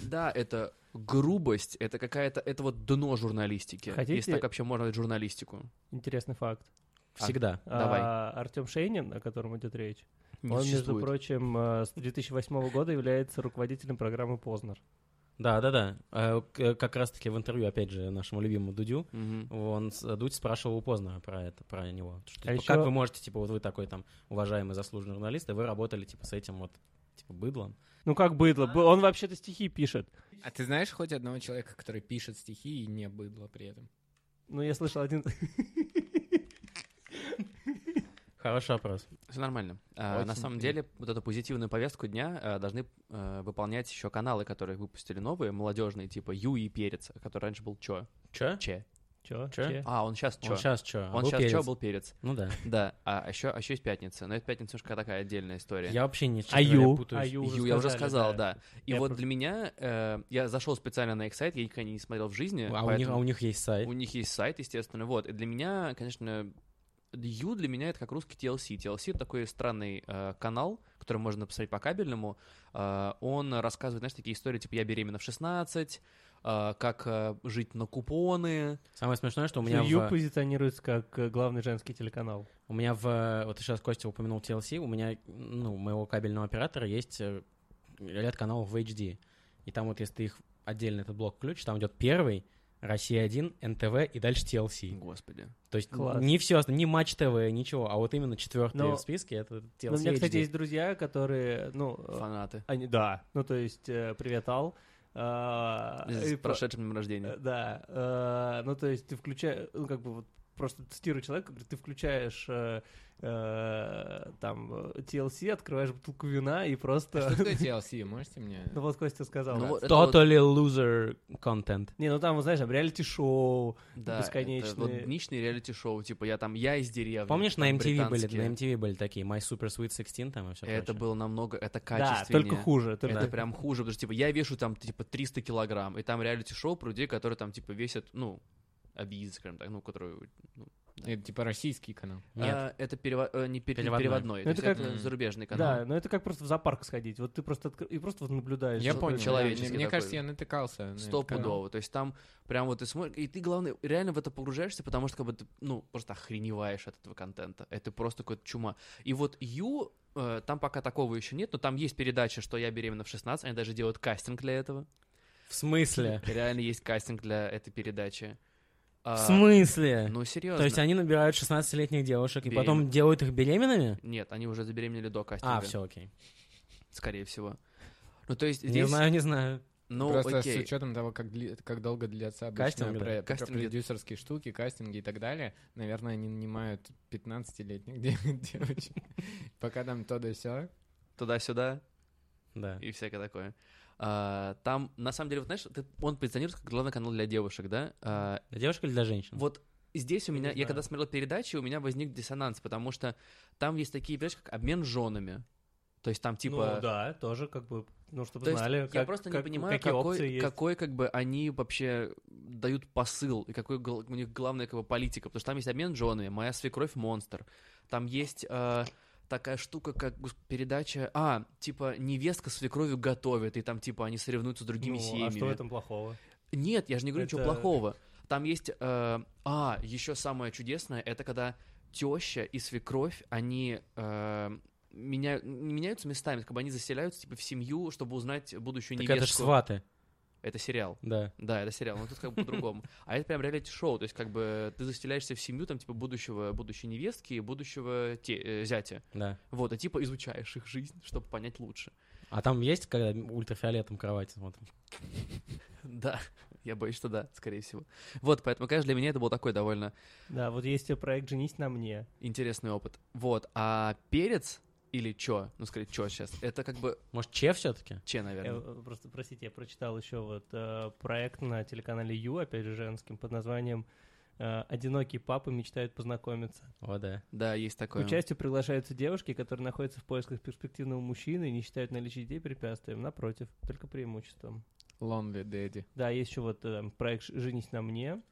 Да, это грубость, это какая-то, это вот дно журналистики. Если Хотите- так вообще можно назвать журналистику. Интересный факт. Всегда. Давай. Артем Шейнин, о котором идет речь, Не он, между существует. прочим, э, с 2008 года является руководителем программы «Познер». Да, да, да. Э, к- Как раз-таки в интервью, опять же, нашему любимому Дудю, Мгм. он с- Дудь спрашивал у Познера про это, про него. Что, А типа, еще- Как вы можете, типа, вот вы такой там уважаемый заслуженный журналист, и вы работали, типа, с этим вот, типа, быдлом. Ну как быдло, бы- он вообще-то стихи пишет. А ты знаешь хоть одного человека, который пишет стихи и не быдло при этом? Ну я слышал один... Хороший вопрос. Все нормально. А, на Очень самом интересно. деле, вот эту позитивную повестку дня а, должны э, выполнять еще каналы, которые выпустили новые, молодежные, типа Ю и Перец, который раньше был Чо. Че? Че. Чё? Чё? Че? А, он сейчас Чо. Он сейчас че? Он сейчас Чо, был Перец. Ну да. Да. А еще, еще есть Пятница. Но это Пятница немножко такая отдельная история. Я вообще не честно говоря, Аю. путаюсь. А Ю, я уже сказал, да. И Я вот про- для меня, э, я зашел специально на их сайт, я никогда не смотрел в жизни. А у, них, поэтому- а у них есть сайт. У них есть сайт, естественно, вот. И для меня, конечно, Ю для меня это как русский TLC. TLC — это такой странный э, канал, который можно посмотреть по кабельному. Э, он рассказывает, знаешь, такие истории, типа «Я беременна в 16», э, «Как э, жить на купоны». Самое смешное, что у меня Ю в... позиционируется как э, главный женский телеканал. У меня в... Вот сейчас Костя упомянул TLC, у меня, ну, у моего кабельного оператора есть э, ряд каналов в HD. И там вот если ты их отдельно этот блок включишь, там идет первый, Россия-1, НТВ и дальше TLC. Господи. То есть Класс. не все, не Матч ТВ, ничего, а вот именно четвертый Но- в списке это TLC Ну, у меня, кстати, HD. есть друзья, которые, ну, э, Фанаты. они, да, ну, то есть, э, привет, Ал. А, С и про- прошедшим днем э, рождения. Да, э, ну, то есть, ты включаешь, ну, как бы, вот, просто цитирую человека, говорит, ты включаешь э, э, там э, TLC, открываешь бутылку вина и Что просто... такое TLC? Можете мне... Ну, вот Костя сказал. А Ну, вот это вот- Totally loser content. Не, ну, там, вот, знаешь, там реалити-шоу, да, бесконечные. это вот дничные реалити-шоу, типа я там, я из деревни. Помнишь, на там, MTV были, британские. на MTV были такие My Super Sweet 16 там и все Это было намного, это да, качественнее. только хуже. только Это прям хуже, потому что, типа, я вешу там, типа, 300 килограмм, и там реалити-шоу про людей, которые там, типа, весят, ну, обиз, скажем так, ну, которые... ну, Это типа российский канал. Нет. а, это перева- э, не пер- не Переводной. переводной, то Ну, это есть как- это, зарубежный канал. Да, но это как просто в зоопарк сходить. Вот ты просто откры- и просто вот наблюдаешь. Я что-то понял. да. человеческое Ну Мне- такое. Мне кажется, я натыкался. на этот канал. Стопудово. То есть там прям вот ты смотришь, и ты, главное, реально в это погружаешься, потому что как бы ты, ну, просто охреневаешь от этого контента. Это просто какая-то чума. И вот Ю, э, там пока такого еще нет, но там есть передача, что я беременна в 16, они даже делают кастинг для этого. В смысле? Реально есть кастинг для этой передачи. А, В смысле? Ну, серьезно. То есть они набирают 16-летних девушек и потом Беременных. делают их беременными? Нет, они уже забеременели до кастинга. А, все, окей. Скорее всего. Ну, то есть здесь... Не знаю, не знаю. Ну, Просто окей. с учетом того, как, дли- как долго длятся обычно Кастинги, да. про- про Кастинги. продюсерские штуки, кастинги и так далее, наверное, они нанимают 15-летних де- девочек. Пока там то да все. Туда-сюда Да. и всякое такое. А, там, на самом деле, вот знаешь, ты- он позиционируется как главный канал для девушек, да? А, Для девушек или для женщин? Вот здесь у Я не меня, я знаю. когда смотрел передачи, у меня возник диссонанс, потому что там есть такие передачи, как обмен женами. То есть там типа... Ну да, тоже как бы, ну, чтобы То есть знали, я как- просто не как- понимаю, какие какой, опции есть. какой как бы они вообще дают посыл и какой гл- у них главная как бы политика, потому что там есть обмен женами, моя свекровь монстр, там есть э, такая штука как гос- передача, а типа невестка свекровью готовит и там типа они соревнуются с другими Ну, семьями. а что в этом плохого? Нет, я же не говорю ничего Это- плохого. Там есть... э, а, еще самое чудесное, это когда теща и свекровь, они э, меняют, не меняются местами, как бы они заселяются типа в семью, чтобы узнать будущую Так невестку. это ж сваты, Это сериал. да. Да, это сериал, но тут как бы по-другому. А это прям реалити-шоу, то есть как бы ты заселяешься в семью там типа будущего, будущей невестки и будущего те- э, зятя. Да. Вот, и типа изучаешь их жизнь, чтобы понять лучше. А там есть, когда ультрафиолетом кровать смотрим? Да, я боюсь, что да, скорее всего. Вот, поэтому, конечно, для меня это был такой довольно Да, вот есть э, проект «Женись на мне». Интересный опыт. Вот. А перец или чё? Ну, скорее, чё сейчас? Это как бы Может, че все-таки? че, Я, наверное. э, просто, простите, я прочитал еще вот э, проект на телеканале Ю, опять же, женским, под названием э, «Одинокий папа мечтает познакомиться». О, да. Да, есть К такое. участию приглашаются девушки, которые находятся в поисках перспективного мужчины и не считают наличие детей препятствием, напротив, только преимуществом. Lonely Daddy. Да, есть еще вот э, там проект «Ж- «Женись на мне»,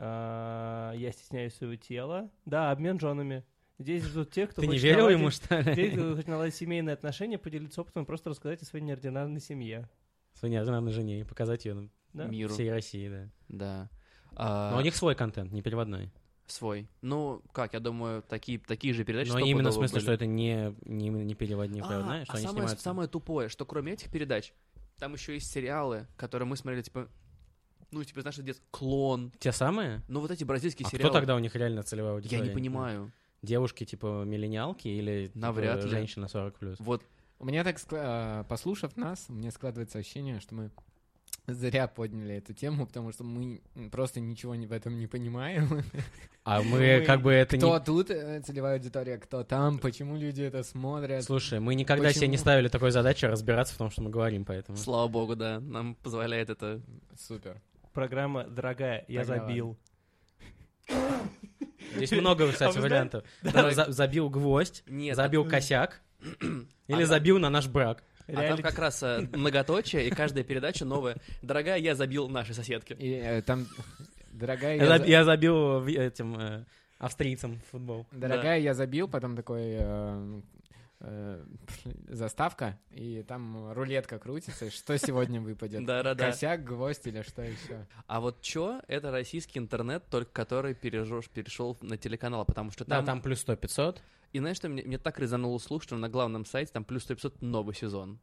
А, «Я стесняюсь своего тела». Да, обмен женами. Здесь ждут тех, кто Ты не хочет верил наладить- ему, что Те, ли? кто хочет наладить семейные отношения, поделиться опытом, и просто рассказать о своей неординарной семье. Своей неожиданной жене и показать ее Да? Миру. всей России, да. Да. А, Но у них свой контент, не переводной. свой. Ну, как, я думаю, такие, такие же передачи. Но именно стопудово в смысле, были. что это не, не, не перевод, не А, переводная, а что они самое, снимаются. самое тупое, что кроме этих передач, там еще есть сериалы, которые мы смотрели, типа, ну, типа, знаешь, детство, клон. Те самые? Ну, вот эти бразильские А кто сериалы. тогда у них реально целевая Я аудитория? не понимаю. Девушки типа миллениалки или типа, Навряд ли. женщина 40 плюс? Вот, У меня так, скла- э, послушав нас, мне складывается ощущение, что мы зря подняли эту тему, потому что мы просто ничего не- в этом не понимаем. А мы- мы как бы это Кто не... тут э, целевая аудитория, кто там, почему люди это смотрят. Слушай, мы никогда себе не Почему? ставили такой задачи разбираться в том, что мы говорим, поэтому... слава богу, да, нам позволяет это. Супер. Программа «Дорогая, я Тогда забил». Здесь много, А вы кстати, знаете- вариантов. Там за- Забил гвоздь, Нет, забил косяк или А, забил на наш брак. А там Реалити- как раз э, многоточие, и каждая передача новая. Дорогая, я забил нашей соседке. И э, там, дорогая, Я я за- заб- Я забил в- этим э, австрийцам в футбол. Дорогая, я забил, потом такой эм, э, заставка, и там рулетка крутится, и что сегодня выпадет. Да-да-да. Косяк, гвоздь или что еще. А вот чё, это российский интернет, только который пережёшь- перешел на телеканал, потому что Да, там... там плюс 100-500. И знаешь, что мне, мне так резануло слух, что на главном сайте там плюс 500 новый сезон.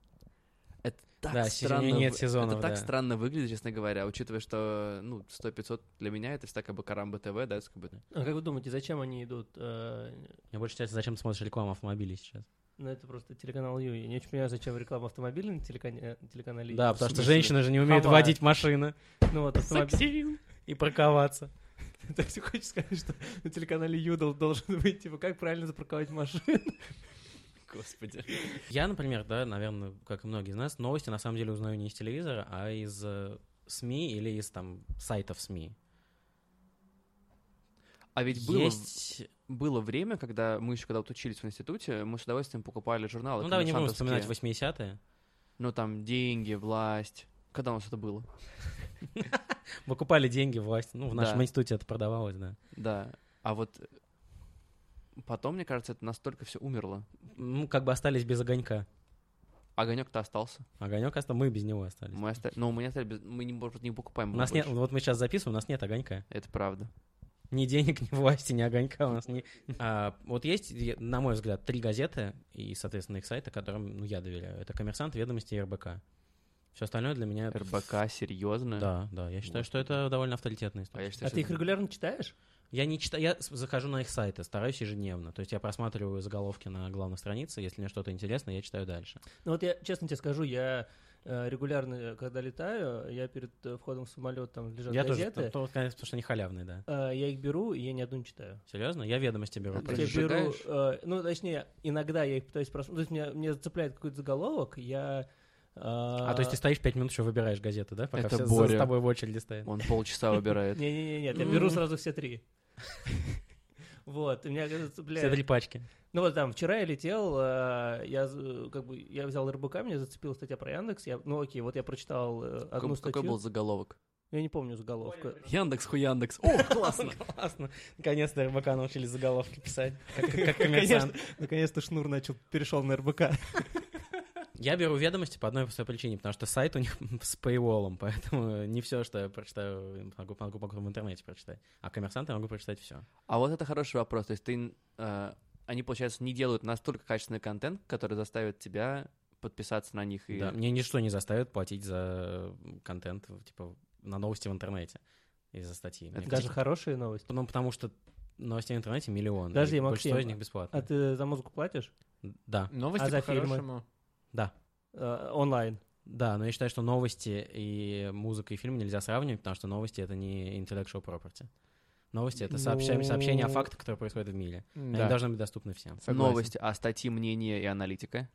Это так Да, сезон- странно. нет вы- сезонов, это так да. странно выглядит, честно говоря, учитывая, что, ну, 100-500 для меня это всегда как бы Карамба ТВ, да, это как бы... А как вы думаете, зачем они идут? э, Мне больше интересно, зачем ты смотришь рекламу автомобилей сейчас? Ну, это просто телеканал Ю. Я не очень понимаю, зачем реклама автомобиля на телекане- телеканале Ю. Да, потому что смысле? женщины же не умеют Хава. водить машины Ну, вот автомобиль... и парковаться. То есть, хочешь сказать, что на телеканале Ю дол- должен быть, типа, как правильно запарковать машину? Господи. Я, например, да, наверное, как и многие из нас, новости на самом деле узнаю не из телевизора, а из э, СМИ или из там сайтов СМИ. А ведь было, Есть... было время, когда мы еще когда вот учились в институте, мы с удовольствием покупали журналы. Ну, давай не будем коммерсантовские. вспоминать 80-е. Ну, там, деньги, власть. Когда у нас это было? Выкупали деньги власть. Ну, в нашем Да. институте это продавалось, да. Да. А вот потом, мне кажется, это настолько все умерло. Ну, как бы остались без огонька. Огонек-то остался. Огонек остался, мы без него остались. Мы оста- Но мы не остались без- мы не, может, не покупаем. У его нас нет, больше. вот мы сейчас записываем, у нас нет огонька. Это правда. Ни денег, ни власти, ни огонька у нас не... А, вот есть, е- на мой взгляд, три газеты и, соответственно, их сайты, которым ну, я доверяю. Это «Коммерсант», «Ведомости» и «РБК». Все остальное для меня... РБК, серьезно? Да, да. Я считаю, что это довольно авторитетная А я история. считаю, А что ты их это- регулярно читаешь? Я не читаю, я с- захожу на их сайты, стараюсь ежедневно. То есть я просматриваю заголовки на главных странице, если мне что-то интересно, я читаю дальше. Ну вот я честно тебе скажу, я э, регулярно, э, когда летаю, я перед э, входом в самолет, там лежат я газеты, тоже, то- то, конечно, потому что они халявные, да. э, я их беру, и я ни одну не читаю. Серьезно? Я ведомости беру. А просто. Я беру, сжигаешь? э, ну, точнее, иногда я их пытаюсь просмотреть. То есть меня, меня зацепляет какой-то заголовок, я... э, А, то есть ты стоишь пять минут, еще выбираешь газеты, да? Пока Это все за- Боря. с тобой в очереди стоят. Он полчаса выбирает. Не-не-не, нет, я беру Мгм. сразу все три. Вот, и меня это Все три цепляет. пачки. Ну вот там, вчера я летел, э, я з- как бы, я взял РБК, меня зацепила статья про Яндекс, я, ну окей, вот я прочитал э, одну Какой какой был статью, заголовок? я не помню заголовка. Яндекс, хуй Яндекс. О, классно! Классно. Наконец-то РБК научили заголовки писать. Как, Конечно. как коммерсант. Наконец-то шнур начал, перешел на РБК. Я беру ведомости по одной простой причине, потому что сайт у них с пейволом, поэтому не все, что я прочитаю, могу, могу, могу в интернете прочитать. А коммерсанты могу прочитать все. А вот это хороший вопрос. То есть ты, э, они, получается, не делают настолько качественный контент, который заставит тебя подписаться на них. И... Да, мне ничто не заставит платить за контент, типа, на новости в интернете и за статьи. Мне Это Даже кажется, хорошие новости. Ну, потому что новостей в интернете миллион. Подожди, и большинство Максим, из них бесплатно. А ты за музыку платишь? Да, Новости А за фильмы? по-хорошему. Э, Онлайн. да, но я считаю, что новости и музыка и фильм нельзя сравнивать, потому что новости — это не intellectual property. Новости — это сообща- Ну- сообщение о фактах, которые происходят в мире. Они Да, должны быть доступны всем. согласен. Новости, а статьи, мнения и аналитика.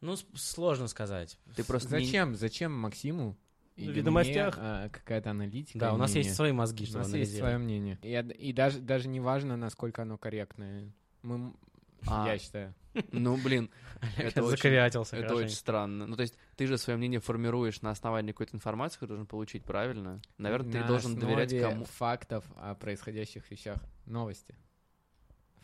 Ну, с- сложно сказать. Ты просто не- Зачем? Зачем Максиму? В или «Ведомостях»? мне, а, какая-то аналитика. Да, и у нас мнение? есть свои мозги, У чтобы нас есть свое анализировать. мнение. И, од- и даже, даже не важно, насколько оно корректное. Мы, м- А. Я считаю. Ну, блин, Это очень- Заковятился это хорошенько. очень странно. Ну, то есть ты же свое мнение формируешь на основании какой-то информации, которую должен получить, правильно? Наверное, ты На должен доверять основе кому. фактов о происходящих вещах. Новости.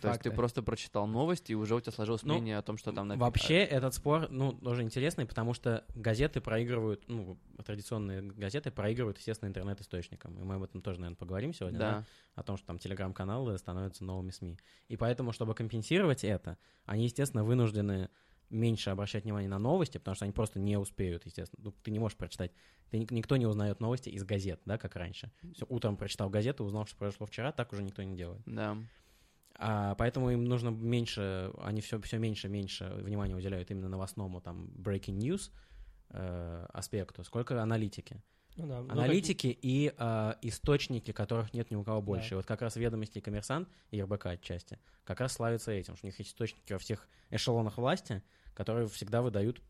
То есть ты Факты. просто прочитал новости, и уже у тебя сложилось Ну, мнение о том, что там напи- Вообще этот спор, ну, тоже интересный, потому что газеты проигрывают, ну, традиционные газеты проигрывают, естественно, интернет-источникам. И мы об этом тоже, наверное, поговорим А, сегодня, да? Да. О том, что там телеграм-каналы становятся новыми СМИ. И поэтому, чтобы компенсировать это, они, естественно, вынуждены меньше обращать внимание на новости, потому что они просто не успеют, естественно. Ну, ты не можешь прочитать. Ты, ник- никто не узнает новости из газет, да, как раньше. Все, утром прочитал газету, узнал, что произошло вчера, так уже никто не делает. Да. А, поэтому им нужно меньше, они все, все меньше, меньше внимания уделяют именно новостному там breaking news э, аспекту, сколько аналитики. Ну да, ну, Аналитики и э, источники, которых нет ни у кого больше. И Вот как раз ведомости и коммерсант и РБК отчасти как раз славятся этим, что у них есть источники во всех эшелонах власти, которые всегда выдают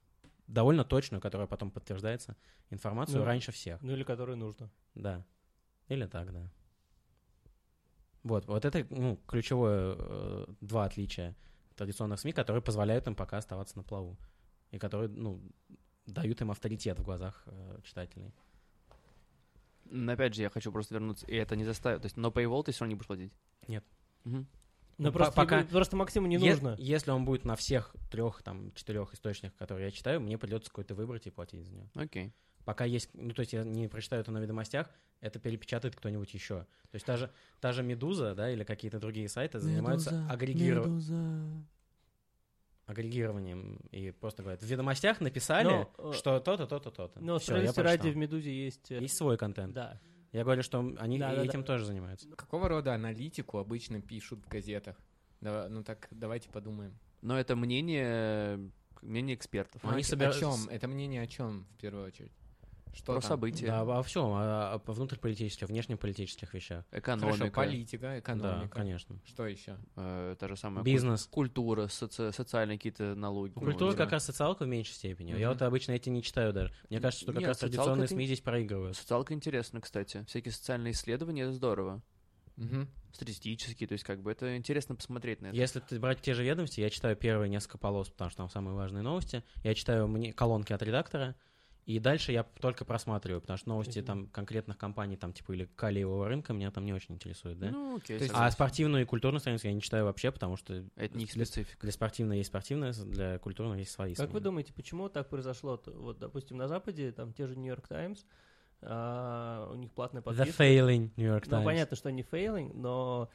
довольно точную, которая потом подтверждается, информацию Ну. раньше всех. как- ну или которые нужно. Да. Или так, да. Вот, вот это ну, ключевое э, два отличия традиционных СМИ, которые позволяют им пока оставаться на плаву. И которые, ну, дают им авторитет в глазах э, читателей. Но опять же, я хочу просто вернуться, и это не заставит. То есть, но paywall ты все равно не будешь платить? Нет. Мгм. Ну, Ну, просто, по- пока- ему- просто Максиму не Е- нужно. если он будет на всех трех, там, четырех источниках, которые я читаю, мне придется какой-то выбрать и платить за него. Ну, Окей. Пока есть, ну, то есть я не прочитаю это на ведомостях, это перепечатает кто-нибудь еще. То есть та же, та же «Медуза», да, или какие-то другие сайты занимаются агрегированием. агрегированием и просто говорят, в ведомостях написали, Но, э, что то-то, то-то, то-то. Но Всё, я справедливости ради прочитал. в «Медузе» есть... э, Есть свой контент. Да. Я говорю, что они Да, да, этим да. тоже занимаются. Какого рода аналитику обычно пишут в газетах? Да, ну так давайте подумаем. Но это мнение, мнение экспертов. Они О- собира- О чем? Это мнение о чем в первую очередь? Что Про там? события, Да, обо всем, о, о а, внутриполитических, внешнеполитических вещах. экономика, Хорошо, политика, Да, экономика. конечно. Что еще? э, та же самая куль- Бизнес. культура, соци- социальные какие-то налоги. Культура Ну, как раз социалка в меньшей степени. Я Мгм. вот обычно эти не читаю даже. Мне кажется, что как Нет, раз социалка традиционные это СМИ не- здесь проигрывают. Социалка интересна, кстати. Всякие социальные исследования, это здорово. Мгм. Статистические, то есть как бы это интересно посмотреть на это. Если ты брать те же ведомости, я читаю первые несколько полос, потому что там самые важные новости. Я читаю мне колонки от редактора, и дальше я только просматриваю, потому что новости Мгм. там конкретных компаний, там типа или калиевого рынка, меня там не очень интересует, да? Ну, окей, То есть- а согласен. спортивную и культурную страницу я не читаю вообще, потому что это не их для, специфика. для спортивной есть спортивная, для культурной есть свои. Как СМИ. вы думаете, почему так произошло? То- Вот, допустим, на Западе, там, те же «Нью-Йорк Таймс», а, у них платная The подписка. failing New York Times. Ну, понятно, что они фейлинг, но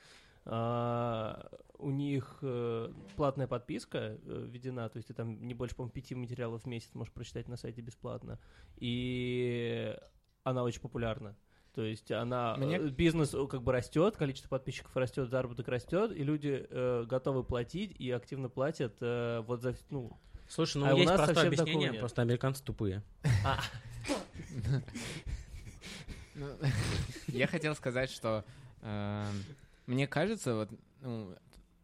а, а, у них э, платная подписка э, введена, то есть ты там не больше, по-моему, пяти материалов в месяц можешь прочитать на сайте бесплатно. И она очень популярна. То есть она Мне- э, бизнес э, как бы растет, количество подписчиков растет, заработок растет, и люди э, готовы платить и активно платят э, вот за ну Слушай, ну А у есть нас простое совсем такого объяснение, нет. просто американцы тупые. Ну, Я хотел сказать, что э, мне кажется, вот, ну,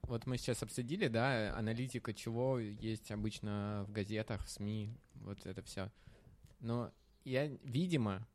вот мы сейчас обсудили, да, аналитика, чего есть обычно в газетах, в СМИ, вот это все. Но я, видимо,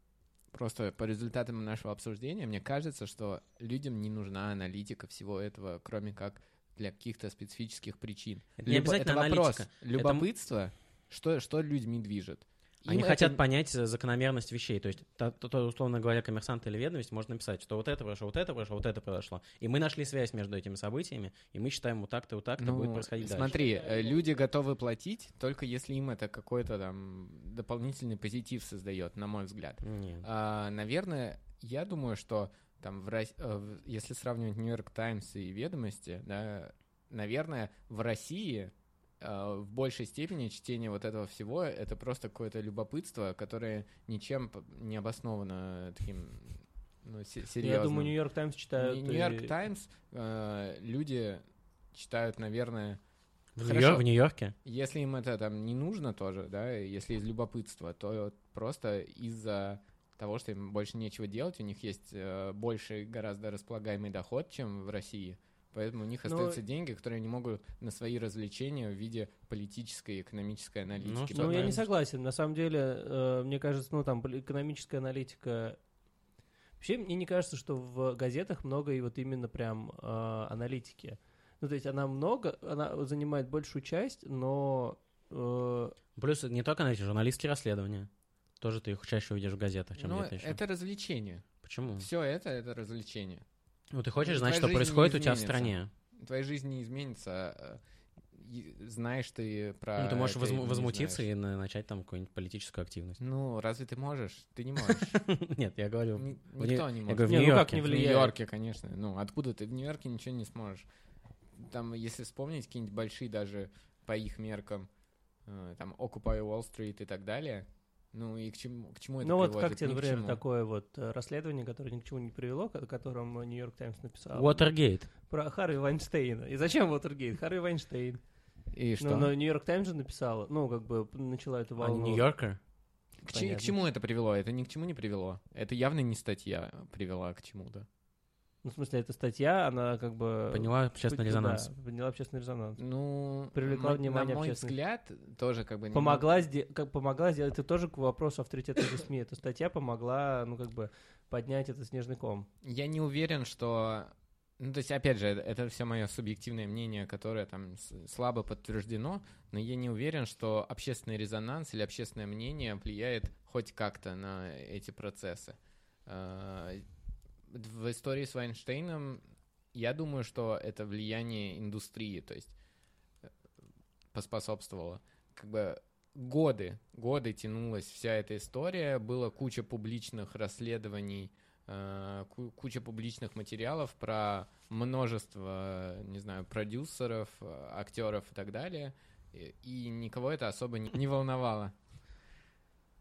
просто по результатам нашего обсуждения, мне кажется, что людям не нужна аналитика всего этого, кроме как для каких-то специфических причин. Это не Любо- обязательно это вопрос аналитика. любопытства, что, что людьми движет. Им Они это хотят понять э, закономерность вещей. То есть, та- то- то, условно говоря, коммерсант или ведомость можно написать, что вот это произошло, вот это произошло, вот это произошло. И мы нашли связь между этими событиями, и мы считаем вот так-то, вот так-то Ну, будет происходить дальше. Смотри, э, люди готовы платить, только если им это какой-то там дополнительный позитив создает, на мой взгляд. Нет. А, наверное, я думаю, что там, в Рос- э, в- если сравнивать Нью-Йорк Таймс и ведомости, да, наверное, в России э, в большей степени чтение вот этого всего это просто какое-то любопытство, которое ничем п- не обосновано таким ну, се- серьезным. я думаю Нью-Йорк Таймс читают. Нью- и- Нью-Йорк Таймс э, люди читают, наверное, В, Хорошо. Нью-Йор- в Нью-Йорке? если им это там не нужно тоже, да, если из любопытства, то просто из-за того, что им больше нечего делать, у них есть э, больше гораздо располагаемый доход, чем в России. Поэтому у них Ну, остаются деньги, которые они могут на свои развлечения в виде политической и экономической аналитики. что Ну, я не Таймс. согласен. На самом деле, э, мне кажется, ну, там, бл- экономическая аналитика... Вообще, мне не кажется, что в газетах много и вот именно прям э, аналитики. Ну, то есть она много, она вот занимает большую часть, но... э, Плюс не только аналитики, журналистские расследования. Тоже ты их чаще увидишь в газетах, чем Но где-то еще. Ну, это развлечение. Почему? Все это это развлечение. Ну, ты хочешь знать, Твоя что жизнь не происходит у тебя в изменится. стране. Твоя жизнь не изменится. э, и Знаешь А, ты про. Ну, ты можешь это или возму- не возмутиться знаешь. и на- начать там какую-нибудь политическую активность. Ну, разве ты можешь? Ты не можешь. Нет, я говорю... Ни- в Нью- Никто не я может. говорю, в Не, ну как Нью-Йорке. не В влияет. Нью-Йорке, конечно. Ну, откуда ты в Нью-Йорке ничего не сможешь. Там, если вспомнить какие-нибудь большие даже по их меркам, э, там, Occupy Wall Street и так далее, ну и к чему, к чему это ну, вот приводит? как тебе, Ни к например, чему. такое вот э, расследование, которое ни к чему не привело, ко- о котором Нью-Йорк Таймс написал? Watergate. Про Харви Вайнштейна. И зачем Уотергейт? Харви Вайнштейн. И что? Ну, но Нью-Йорк Таймс же написала, ну, как бы начала эту А волну. Нью-Йоркер? к, чи- к понятно. чему это привело? Это ни к чему не привело. Это явно не статья привела к чему-то. Ну, в смысле, эта статья, она как Э, бы... Поняла общественный Да, резонанс. подняла общественный резонанс. Ну, Привлекла мо- внимание на мой общественности. взгляд, тоже как бы... немного- Помогла, сде- как помогла сделать, это тоже к вопросу авторитетности СМИ. Эта статья помогла, ну, как бы, поднять этот снежный ком. Я не уверен, что... Ну, то есть, опять же, это, все мое субъективное мнение, которое там с- слабо подтверждено, но я не уверен, что общественный резонанс или общественное мнение влияет хоть как-то на эти процессы. Э, В истории с Вайнштейном я думаю, что это влияние индустрии, то есть э, поспособствовало. Как бы годы, годы тянулась вся эта история, было куча публичных расследований э, ку- куча публичных материалов про множество, не знаю, продюсеров, э, актеров и так далее, и, и никого это особо не, не волновало.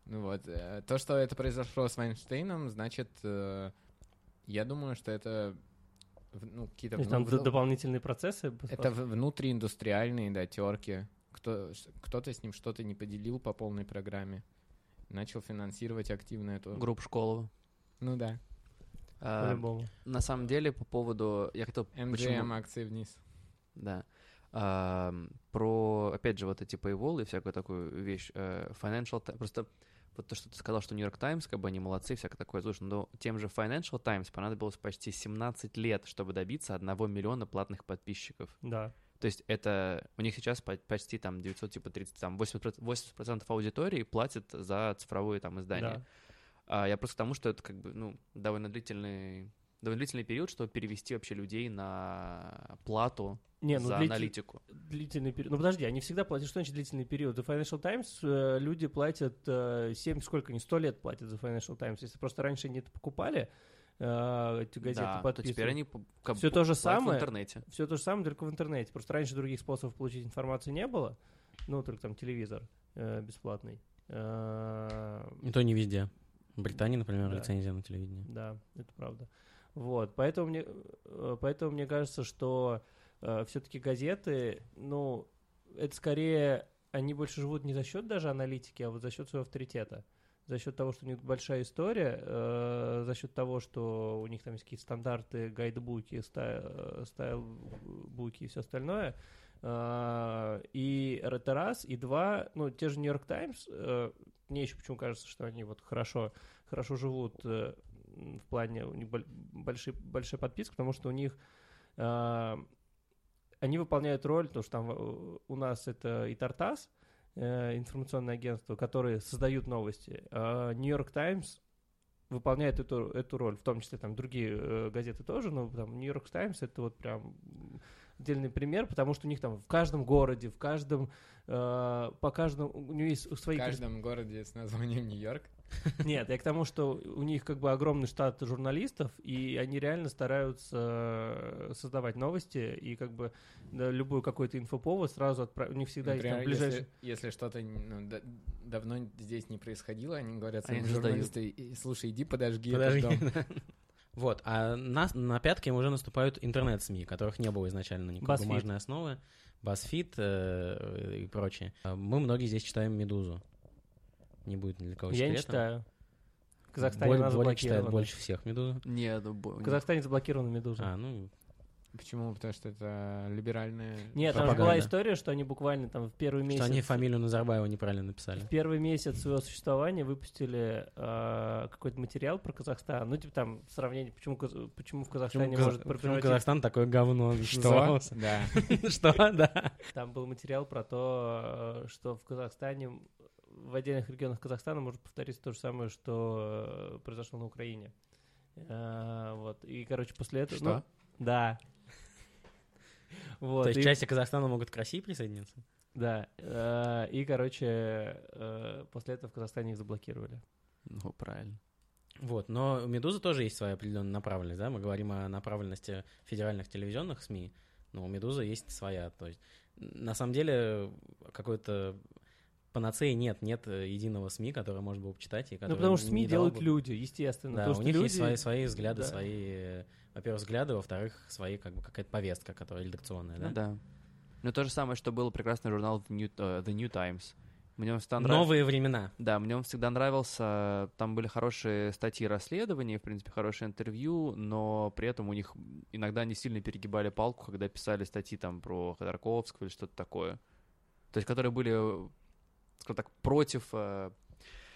Ну вот, э, то, что это произошло с Вайнштейном, значит, э, я думаю, что это в- ну, какие-то... То есть вну- там д- вну- дополнительные процессы. это в- внутрииндустриальные, да, терки. Кто, ш- кто-то с ним что-то не поделил по полной программе. Начал финансировать активно эту... Групп Школова. Ну да. А, По-любому. на самом деле, по поводу... Я хотел... MGM почему- акции вниз. Да. Ам, про, опять же, вот эти paywall и всякую такую вещь. э, Financial Ti- Просто вот то, что ты сказал, что Нью-Йорк Таймс, как бы они молодцы, всякое такое. Слушай, но тем же Financial Times понадобилось почти 17 лет, чтобы добиться 1 миллиона платных подписчиков. Да. То есть это... У них сейчас по- почти там 900, типа 30, там 80%, 80% аудитории платит за цифровые там издания. да. А я просто к тому, что это как бы, ну, довольно длительный довольно длительный период, чтобы перевести вообще людей на плату Не, ну, за длитель- аналитику. длительный период. Ну, подожди, они всегда платят. Что значит длительный период? За Financial Times э, люди платят 7, сколько, не 100 лет платят за Financial Times. Если просто раньше они это покупали, э, э, эти газеты Да, то подписывают. теперь они п- как Всё бы то же покупают самое. в интернете. Все то же самое, только в интернете. Просто раньше других способов получить информацию не было. Ну, только там телевизор э, бесплатный. Э, И то не везде. В Британии, например, Да. лицензия на телевидение. Да, это правда. Вот, поэтому мне, э, поэтому мне кажется, что все-таки газеты, ну, это скорее, они больше живут не за счет даже аналитики, а вот за счет своего авторитета. За счет того, что у них большая история, э, за счет того, что у них там есть какие-то стандарты, гайдбуки, ста- э, стайлбуки и все остальное. Э, И это раз, и два, ну, те же Нью-Йорк Таймс, э, мне еще почему кажется, что они вот хорошо, хорошо живут э, м, в плане у них бол- большие, большая подписка, потому что у них э, они выполняют роль, потому что там э, у нас это и Тартас, э, информационное агентство, которые создают новости. а Нью-Йорк Таймс выполняет эту, эту роль, в том числе там другие э, газеты тоже, но там Нью-Йорк Таймс это вот прям м, отдельный пример, потому что у них там в каждом городе, в каждом, э, по каждому, у него есть В свои корреспонденты. каждом городе с названием Нью-Йорк. Нет, я к тому, что у них как бы огромный штат журналистов, и они реально стараются э, создавать новости, и как бы да, любую какой-то инфоповод сразу отправить. У них Ну, всегда есть там Например, ближайший... если, если что-то ну, да- давно здесь не происходило, они говорят Они своим создают. журналистам, «И- слушай, иди подожги, Подожди. этот дом». Вот, а на, на пятки им уже наступают интернет-СМИ, которых не было изначально никакой BuzzFeed. бумажной основы, BuzzFeed э, и прочее. А Мы многие здесь читаем «Медузу». Не будет ни для кого Я не секретом. читаю. В Казахстане Боль- она Боля читает заблокирована. больше всех «Медузу». Нет, ну, бо- В Казахстане заблокирована «Медуза». А, ну, Почему? Потому что это либеральная... Нет, там же Пропаганда. была история, что они буквально там в первый месяц... что они фамилию Назарбаева неправильно написали. В первый месяц своего существования выпустили э, какой-то материал про Казахстан. Ну, типа там сравнение, почему, Каз- почему в Почему Казахстане Каза- может почему превратиться Казахстан такое говно Что? назывался? Да. Что? Да. Там был материал про то, э, что в Казахстане, в отдельных регионах Казахстана может повториться то же самое, что э, произошло на Украине. Э, Вот. И, короче, после этого... Что? ну, да. Вот, То есть и- части Казахстана могут к России присоединиться? Да. Э, И, короче, э, после этого в Казахстане их заблокировали. Ну, правильно. Вот, но у «Медузы» тоже есть своя определенная направленность, да? Мы говорим о направленности федеральных телевизионных СМИ, но у «Медузы» есть своя. То есть, н- на самом деле, какой-то панацеи нет, нет э, единого СМИ, который можно было бы читать. И ну, который потому что не СМИ дал делают бы- люди, естественно. Да, потому у что них люди... есть свои, свои взгляды, да. свои, э, во-первых, взгляды, во-вторых, свои, как бы, какая-то повестка, которая редакционная, да? Ну да. Ну то же самое, что был прекрасный журнал The New, э, The New Times. Мне он всегда нравился. Новые времена. Да, мне он всегда нравился. Там были хорошие статьи расследования, в принципе, хорошее интервью, но при этом у них иногда они сильно перегибали палку, когда писали статьи там про Ходорковского или что-то такое. То есть, которые были, э, скажем так, против... э,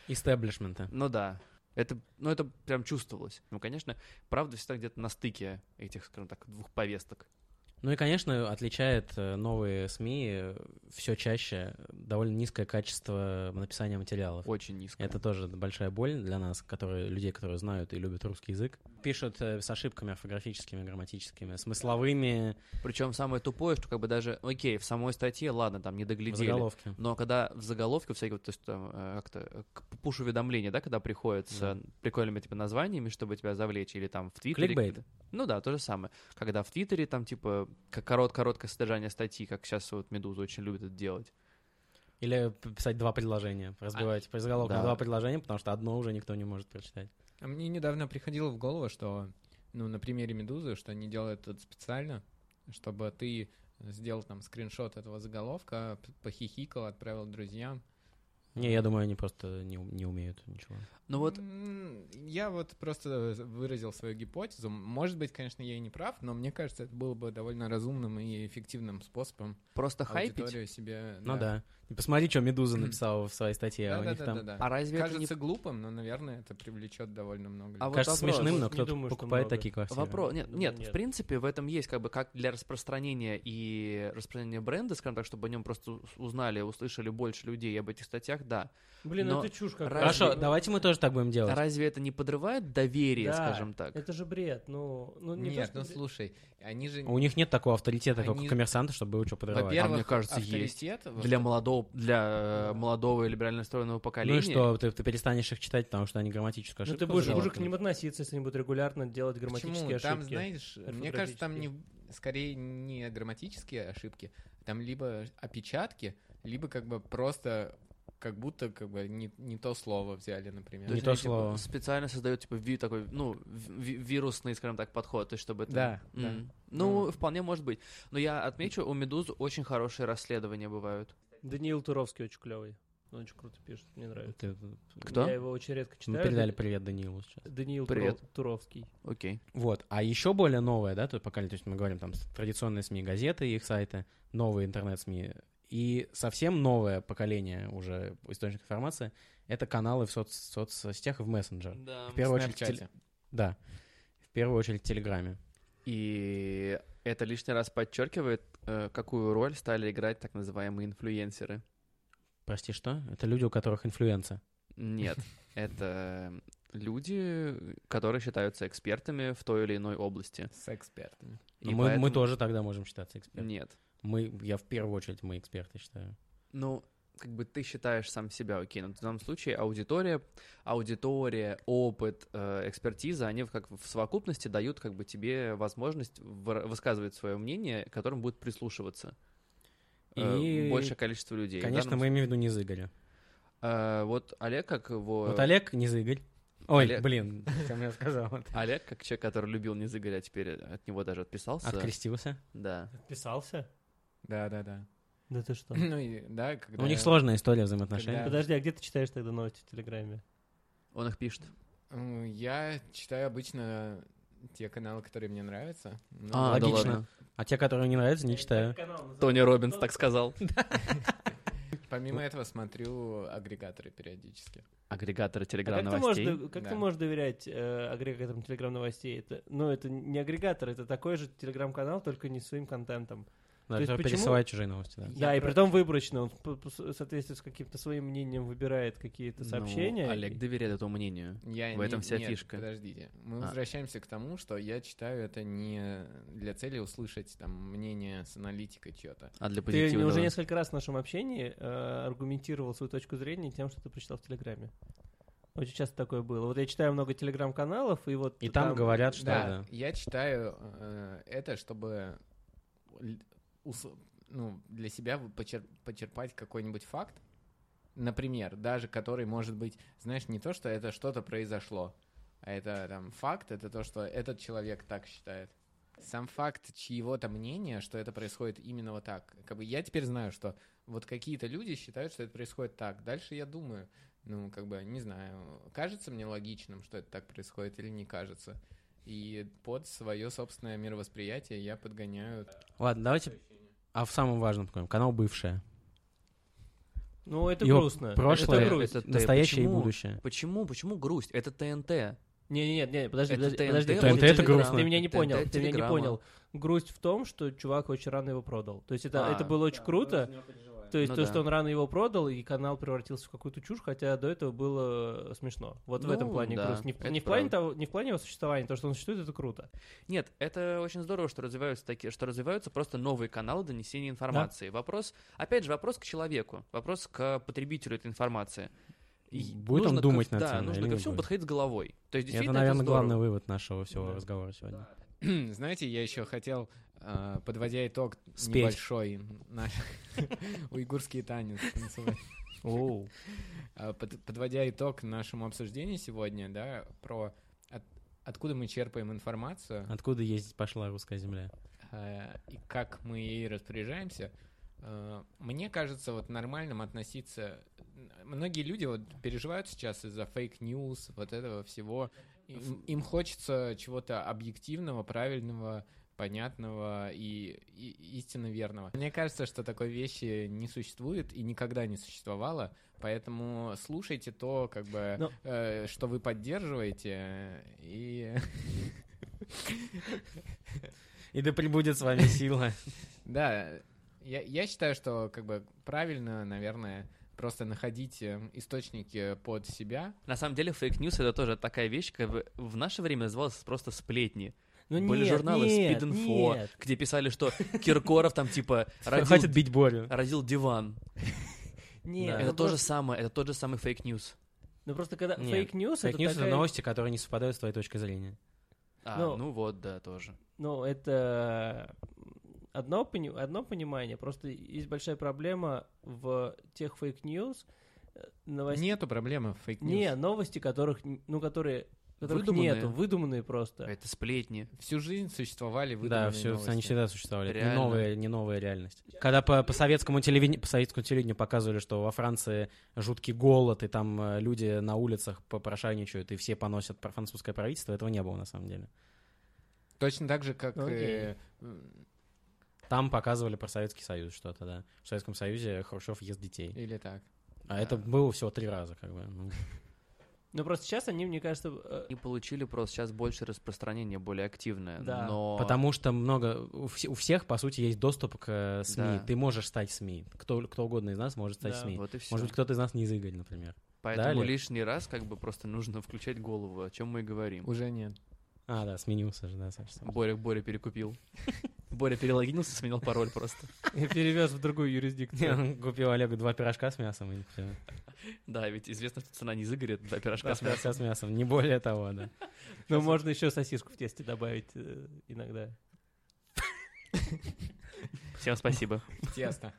Истеблишмента. ну да, это, ну это прям чувствовалось. Ну, конечно, правда всегда где-то на стыке этих, скажем так, двух повесток. Ну и, конечно, отличает э, новые СМИ все чаще довольно низкое качество написания материалов. Очень низко. Это тоже большая боль для нас, которые, людей, которые знают и любят русский язык. Пишут э, с ошибками орфографическими, грамматическими, смысловыми Причем самое тупое, что как бы даже, окей, в самой статье, ладно, там не в доглядели. заголовке. Но когда в заголовке всякие, вот, то есть там э, как-то э, к пуш-уведомления, да, когда приходят с э, прикольными типа названиями, чтобы тебя завлечь, или там в Твиттере. Кликбейт. когда- Ну да, то же самое. Когда в Твиттере там типа как корот короткое содержание статьи, как сейчас вот Медуза очень любит это делать. Или писать два предложения, разбивать по заголовку на да. два предложения, потому что одно уже никто не может прочитать. А мне недавно приходило в голову, что, ну, на примере «Медузы», что они делают это специально, чтобы ты сделал там скриншот этого заголовка, п- похихикал, отправил друзьям. Не, я думаю, они просто не, ум- не умеют ничего. Ну вот, М, Я вот просто выразил свою гипотезу. Может быть, конечно, я и не прав, но мне кажется, это было бы довольно разумным и эффективным способом просто хайпить. аудиторию себе... Ну да. И Посмотри, что Медуза написала в своей статье. а у них там... Да-да-да-да. А разве это не Кажется глупым, но, наверное, это привлечет довольно много А людей. вот Кажется вопрос. смешным, но Не кто-то думаю, что покупает много. такие квартиры. Вопрос. Нет, Думаю, нет, нет. в принципе, в этом есть как бы как для распространения и распространения бренда, скажем так, чтобы о нем просто узнали, услышали больше людей об этих статьях, новостях, да. Блин, Но это чушь какая-то. Разве- Хорошо, давайте мы тоже так будем делать. Разве это не подрывает доверие, Да, скажем так? Это же бред, ну... ну не то, Нет, что ну бред. слушай, они же... У них нет такого авторитета, как у Они- коммерсанта, чтобы было что подрывать. А мне кажется, есть. авторитет, во- Для молодого, для э, молодого или либерально настроенного Ну поколения. и что, ты, ты перестанешь их читать, потому что они грамматическую Ну ошибку ты будешь сделали. хуже к ним относиться, если они будут регулярно делать грамматические Почему? ошибки. Там, знаешь, э, мне кажется, там орфографические. не, скорее не грамматические ошибки, там либо опечатки, либо как бы просто как будто как бы не, не то слово взяли, например. То есть- Не они, то типа, слово. специально создают типа ви- такой, ну, ви- вирусный, скажем так, подход, то есть чтобы это... Да, М. да. Ну, Ну. вполне может быть. Но я отмечу, у Медуз очень хорошие расследования бывают. Даниил Туровский очень клевый. Он очень круто пишет, мне нравится. Ты- Кто? Я его очень редко читаю. Мы передали привет Даниилу сейчас. Даниил Привет. Туров- Туровский. Окей. Вот. А еще более новое, да, тут пока, то есть мы говорим там с- традиционные СМИ, газеты, их сайты, новые интернет-СМИ. И совсем новое поколение уже источников информации — это каналы в соц- соцсетях и в мессенджерах. Да. В первую очередь, в Снапчате. теле- да. В первую очередь в Телеграме. И это лишний раз подчеркивает, э, какую роль стали играть так называемые инфлюенсеры. Прости, что? Это люди, у которых инфлюенса. Нет, это люди, которые считаются экспертами в той или иной области. С экспертами. И Но Ну, мы, мы поэтому- тоже тогда можем считаться экспертами. Нет. Мы, я в первую очередь мы эксперты считаю. Ну, как бы ты считаешь сам себя, окей, но в данном случае аудитория, аудитория, опыт, э, экспертиза, они в- как в совокупности дают как бы тебе возможность выра- высказывать свое мнение, к которому будет прислушиваться э, И, большее количество людей. В Конечно, данном мы имеем в виду не Игоря. с- э, вот Олег, как его... Вот Олег не Игорь. Ой, Олег. блин, ко мне сказал. Вот. Олег, как человек, который любил не а теперь от него даже отписался. Открестился. Да. Отписался? Да, да, да. Да ты что? Ну и да, когда... У них сложная история взаимоотношений. когда- Подожди, а где ты читаешь тогда новости в Телеграме? Он их пишет. М, Ну, Я читаю обычно те каналы, которые мне нравятся. Ну, А, да логично. ладно. А те, которые не нравятся, Э, не читаю. Тони Робинс так сказал. Помимо этого смотрю агрегаторы периодически. Агрегаторы А как телеграм ты, можешь, новостей. дов- как Да. ты можешь доверять э, агрегаторам телеграм-новостей? Это, ну, это не агрегатор, это такой же телеграм-канал, только не с своим контентом. Да, То есть которые почему- пересылают чужие новости, да. Я да, и про- притом выборочно. Он п- п- с- в соответствии с каким-то своим мнением выбирает какие-то Ну, сообщения. Олег доверяет этому мнению. Я В этом вся нет, фишка. Подождите, мы А. возвращаемся к тому, что я читаю это не для цели услышать там мнение с аналитикой чьё-то. А для Ты позитивного... уже несколько раз в нашем общении э, аргументировал свою точку зрения тем, что ты прочитал в Телеграме. Очень часто такое было. Вот я читаю много телеграм-каналов, и вот И там говорят, что Да, да. я читаю э, это, чтобы л- ус- ну, для себя вы- почер- почерпать какой-нибудь факт, например, даже который может быть, знаешь, не то, что это что-то произошло, а это там факт, это то, что этот человек так считает. Сам факт чьего-то мнения, что это происходит именно вот так. Как бы я теперь знаю, что вот какие-то люди считают, что это происходит так. Дальше я думаю, ну, как бы, не знаю, кажется мне логичным, что это так происходит или не кажется. И под свое собственное мировосприятие я подгоняю. Ладно, давайте... А в самом важном таком, канал «Бывшая». Ну, это Его грустно. Прошлое, Это грусть. это ты. настоящее и Почему? будущее. Почему? Почему грусть? Это ТНТ. Не-не-не, не, подожди, Это подожди, ТНТ, подожди, это подожди, ТНТ, это подожди, грустно. Ты меня не ТНТ, понял, ты меня не телеграмма. понял. Грусть в том, что чувак очень рано его продал. То есть это, А. это было очень круто. То есть Ну то, да. что он рано его продал, и канал превратился в какую-то чушь, хотя до этого было э, смешно. Вот в Ну, этом плане да, грусть. Не, в- это не в плане правда. того, не в плане его существования, то, что он существует, это круто. Нет, это очень здорово, что развиваются такие, что развиваются просто новые каналы донесения информации. Вопрос, опять же, вопрос к человеку, вопрос к потребителю этой информации. И Будет он нужно ко- думать над Да, этим или нужно ко не всему будет? подходить с головой. То есть, Это, действительно, это, наверное, здорово. главный вывод нашего всего Да. разговора сегодня. Знаете, я еще хотел, э, подводя итог Спеть. небольшой, наш уйгурский танец танцевать. Оу. А, под- Подводя итог нашему обсуждению сегодня, да, про от- откуда мы черпаем информацию Откуда ездить пошла русская земля? э, и как мы ей распоряжаемся, э, мне кажется, вот нормальным относиться... Многие люди вот переживают сейчас из-за фейк-ньюс, вот этого всего. Им, им хочется чего-то объективного, правильного, понятного и, и истинно верного. Мне кажется, что такой вещи не существует и никогда не существовало, поэтому слушайте то, как бы, Ну. э, что вы поддерживаете, э, и... И да прибудет с вами сила. Да, я, я считаю, что как бы правильно, наверное, просто находить э, источники под себя. На самом деле, фейк-ньюс — это тоже такая вещь, как бы в наше время называлась просто сплетни. Ну, Были нет, журналы нет, Speed Info, нет. где писали, что Киркоров там, типа, Хватит родил, бить Борю. родил диван. Э, Нет, Да. Это ну то же просто- самое, это тот же самый фейк-ньюс. Ну просто когда Нет, фейк-ньюс, это Фейк-ньюс — это такая- новости, которые не совпадают с твоей точкой зрения. А, Ну. ну вот, да, тоже. Ну, это одно, пони- одно понимание. Просто есть большая проблема в тех фейк-ньюс, э, новостей. Нету проблемы в фейк Не, ну новости, которых, н- ну, которые, которых Выдуманные. нету, выдуманные просто. Это сплетни. Всю жизнь существовали выдуманные Да, все, новости. они всегда существовали. Это Не Реально. новая, не новая реальность. Когда по, по советскому телевидению, по советскому телевидению показывали, что во Франции жуткий голод, и там э, люди на улицах попрошайничают, и все поносят про французское правительство, этого не было на самом деле. Точно так же, как... Ну, окей. э, м, Там показывали про Советский Союз что-то, да. В Советском Союзе Хрущев ест детей. или так. А это Да. было всего три раза, как бы. ну. Но Ну просто сейчас они, мне кажется, э, И получили просто сейчас больше распространения, более активное. Да. Но... Потому что много... У вс- у всех, по сути, есть доступ к э, СМИ. Да. Ты можешь стать СМИ. Кто, кто угодно из нас может стать Да. СМИ. Вот и все. Может быть, кто-то из нас не из Игорь, например. Поэтому Далее. лишний раз как бы просто нужно включать голову, о чем мы и говорим. Уже нет. А, да, сменился же, да, Саша. Боря, Боря перекупил. Боря перелогинился, сменил пароль просто. я перевез в другую юрисдикцию. Он купил Олегу два пирожка с мясом. и всё. Да, ведь известно, что цена не из игры, это два пирожка Два с мясом. пирожка с мясом, не более того, да. Но Ну, можно еще сосиску в тесте добавить э, иногда. Всем спасибо. Тесно.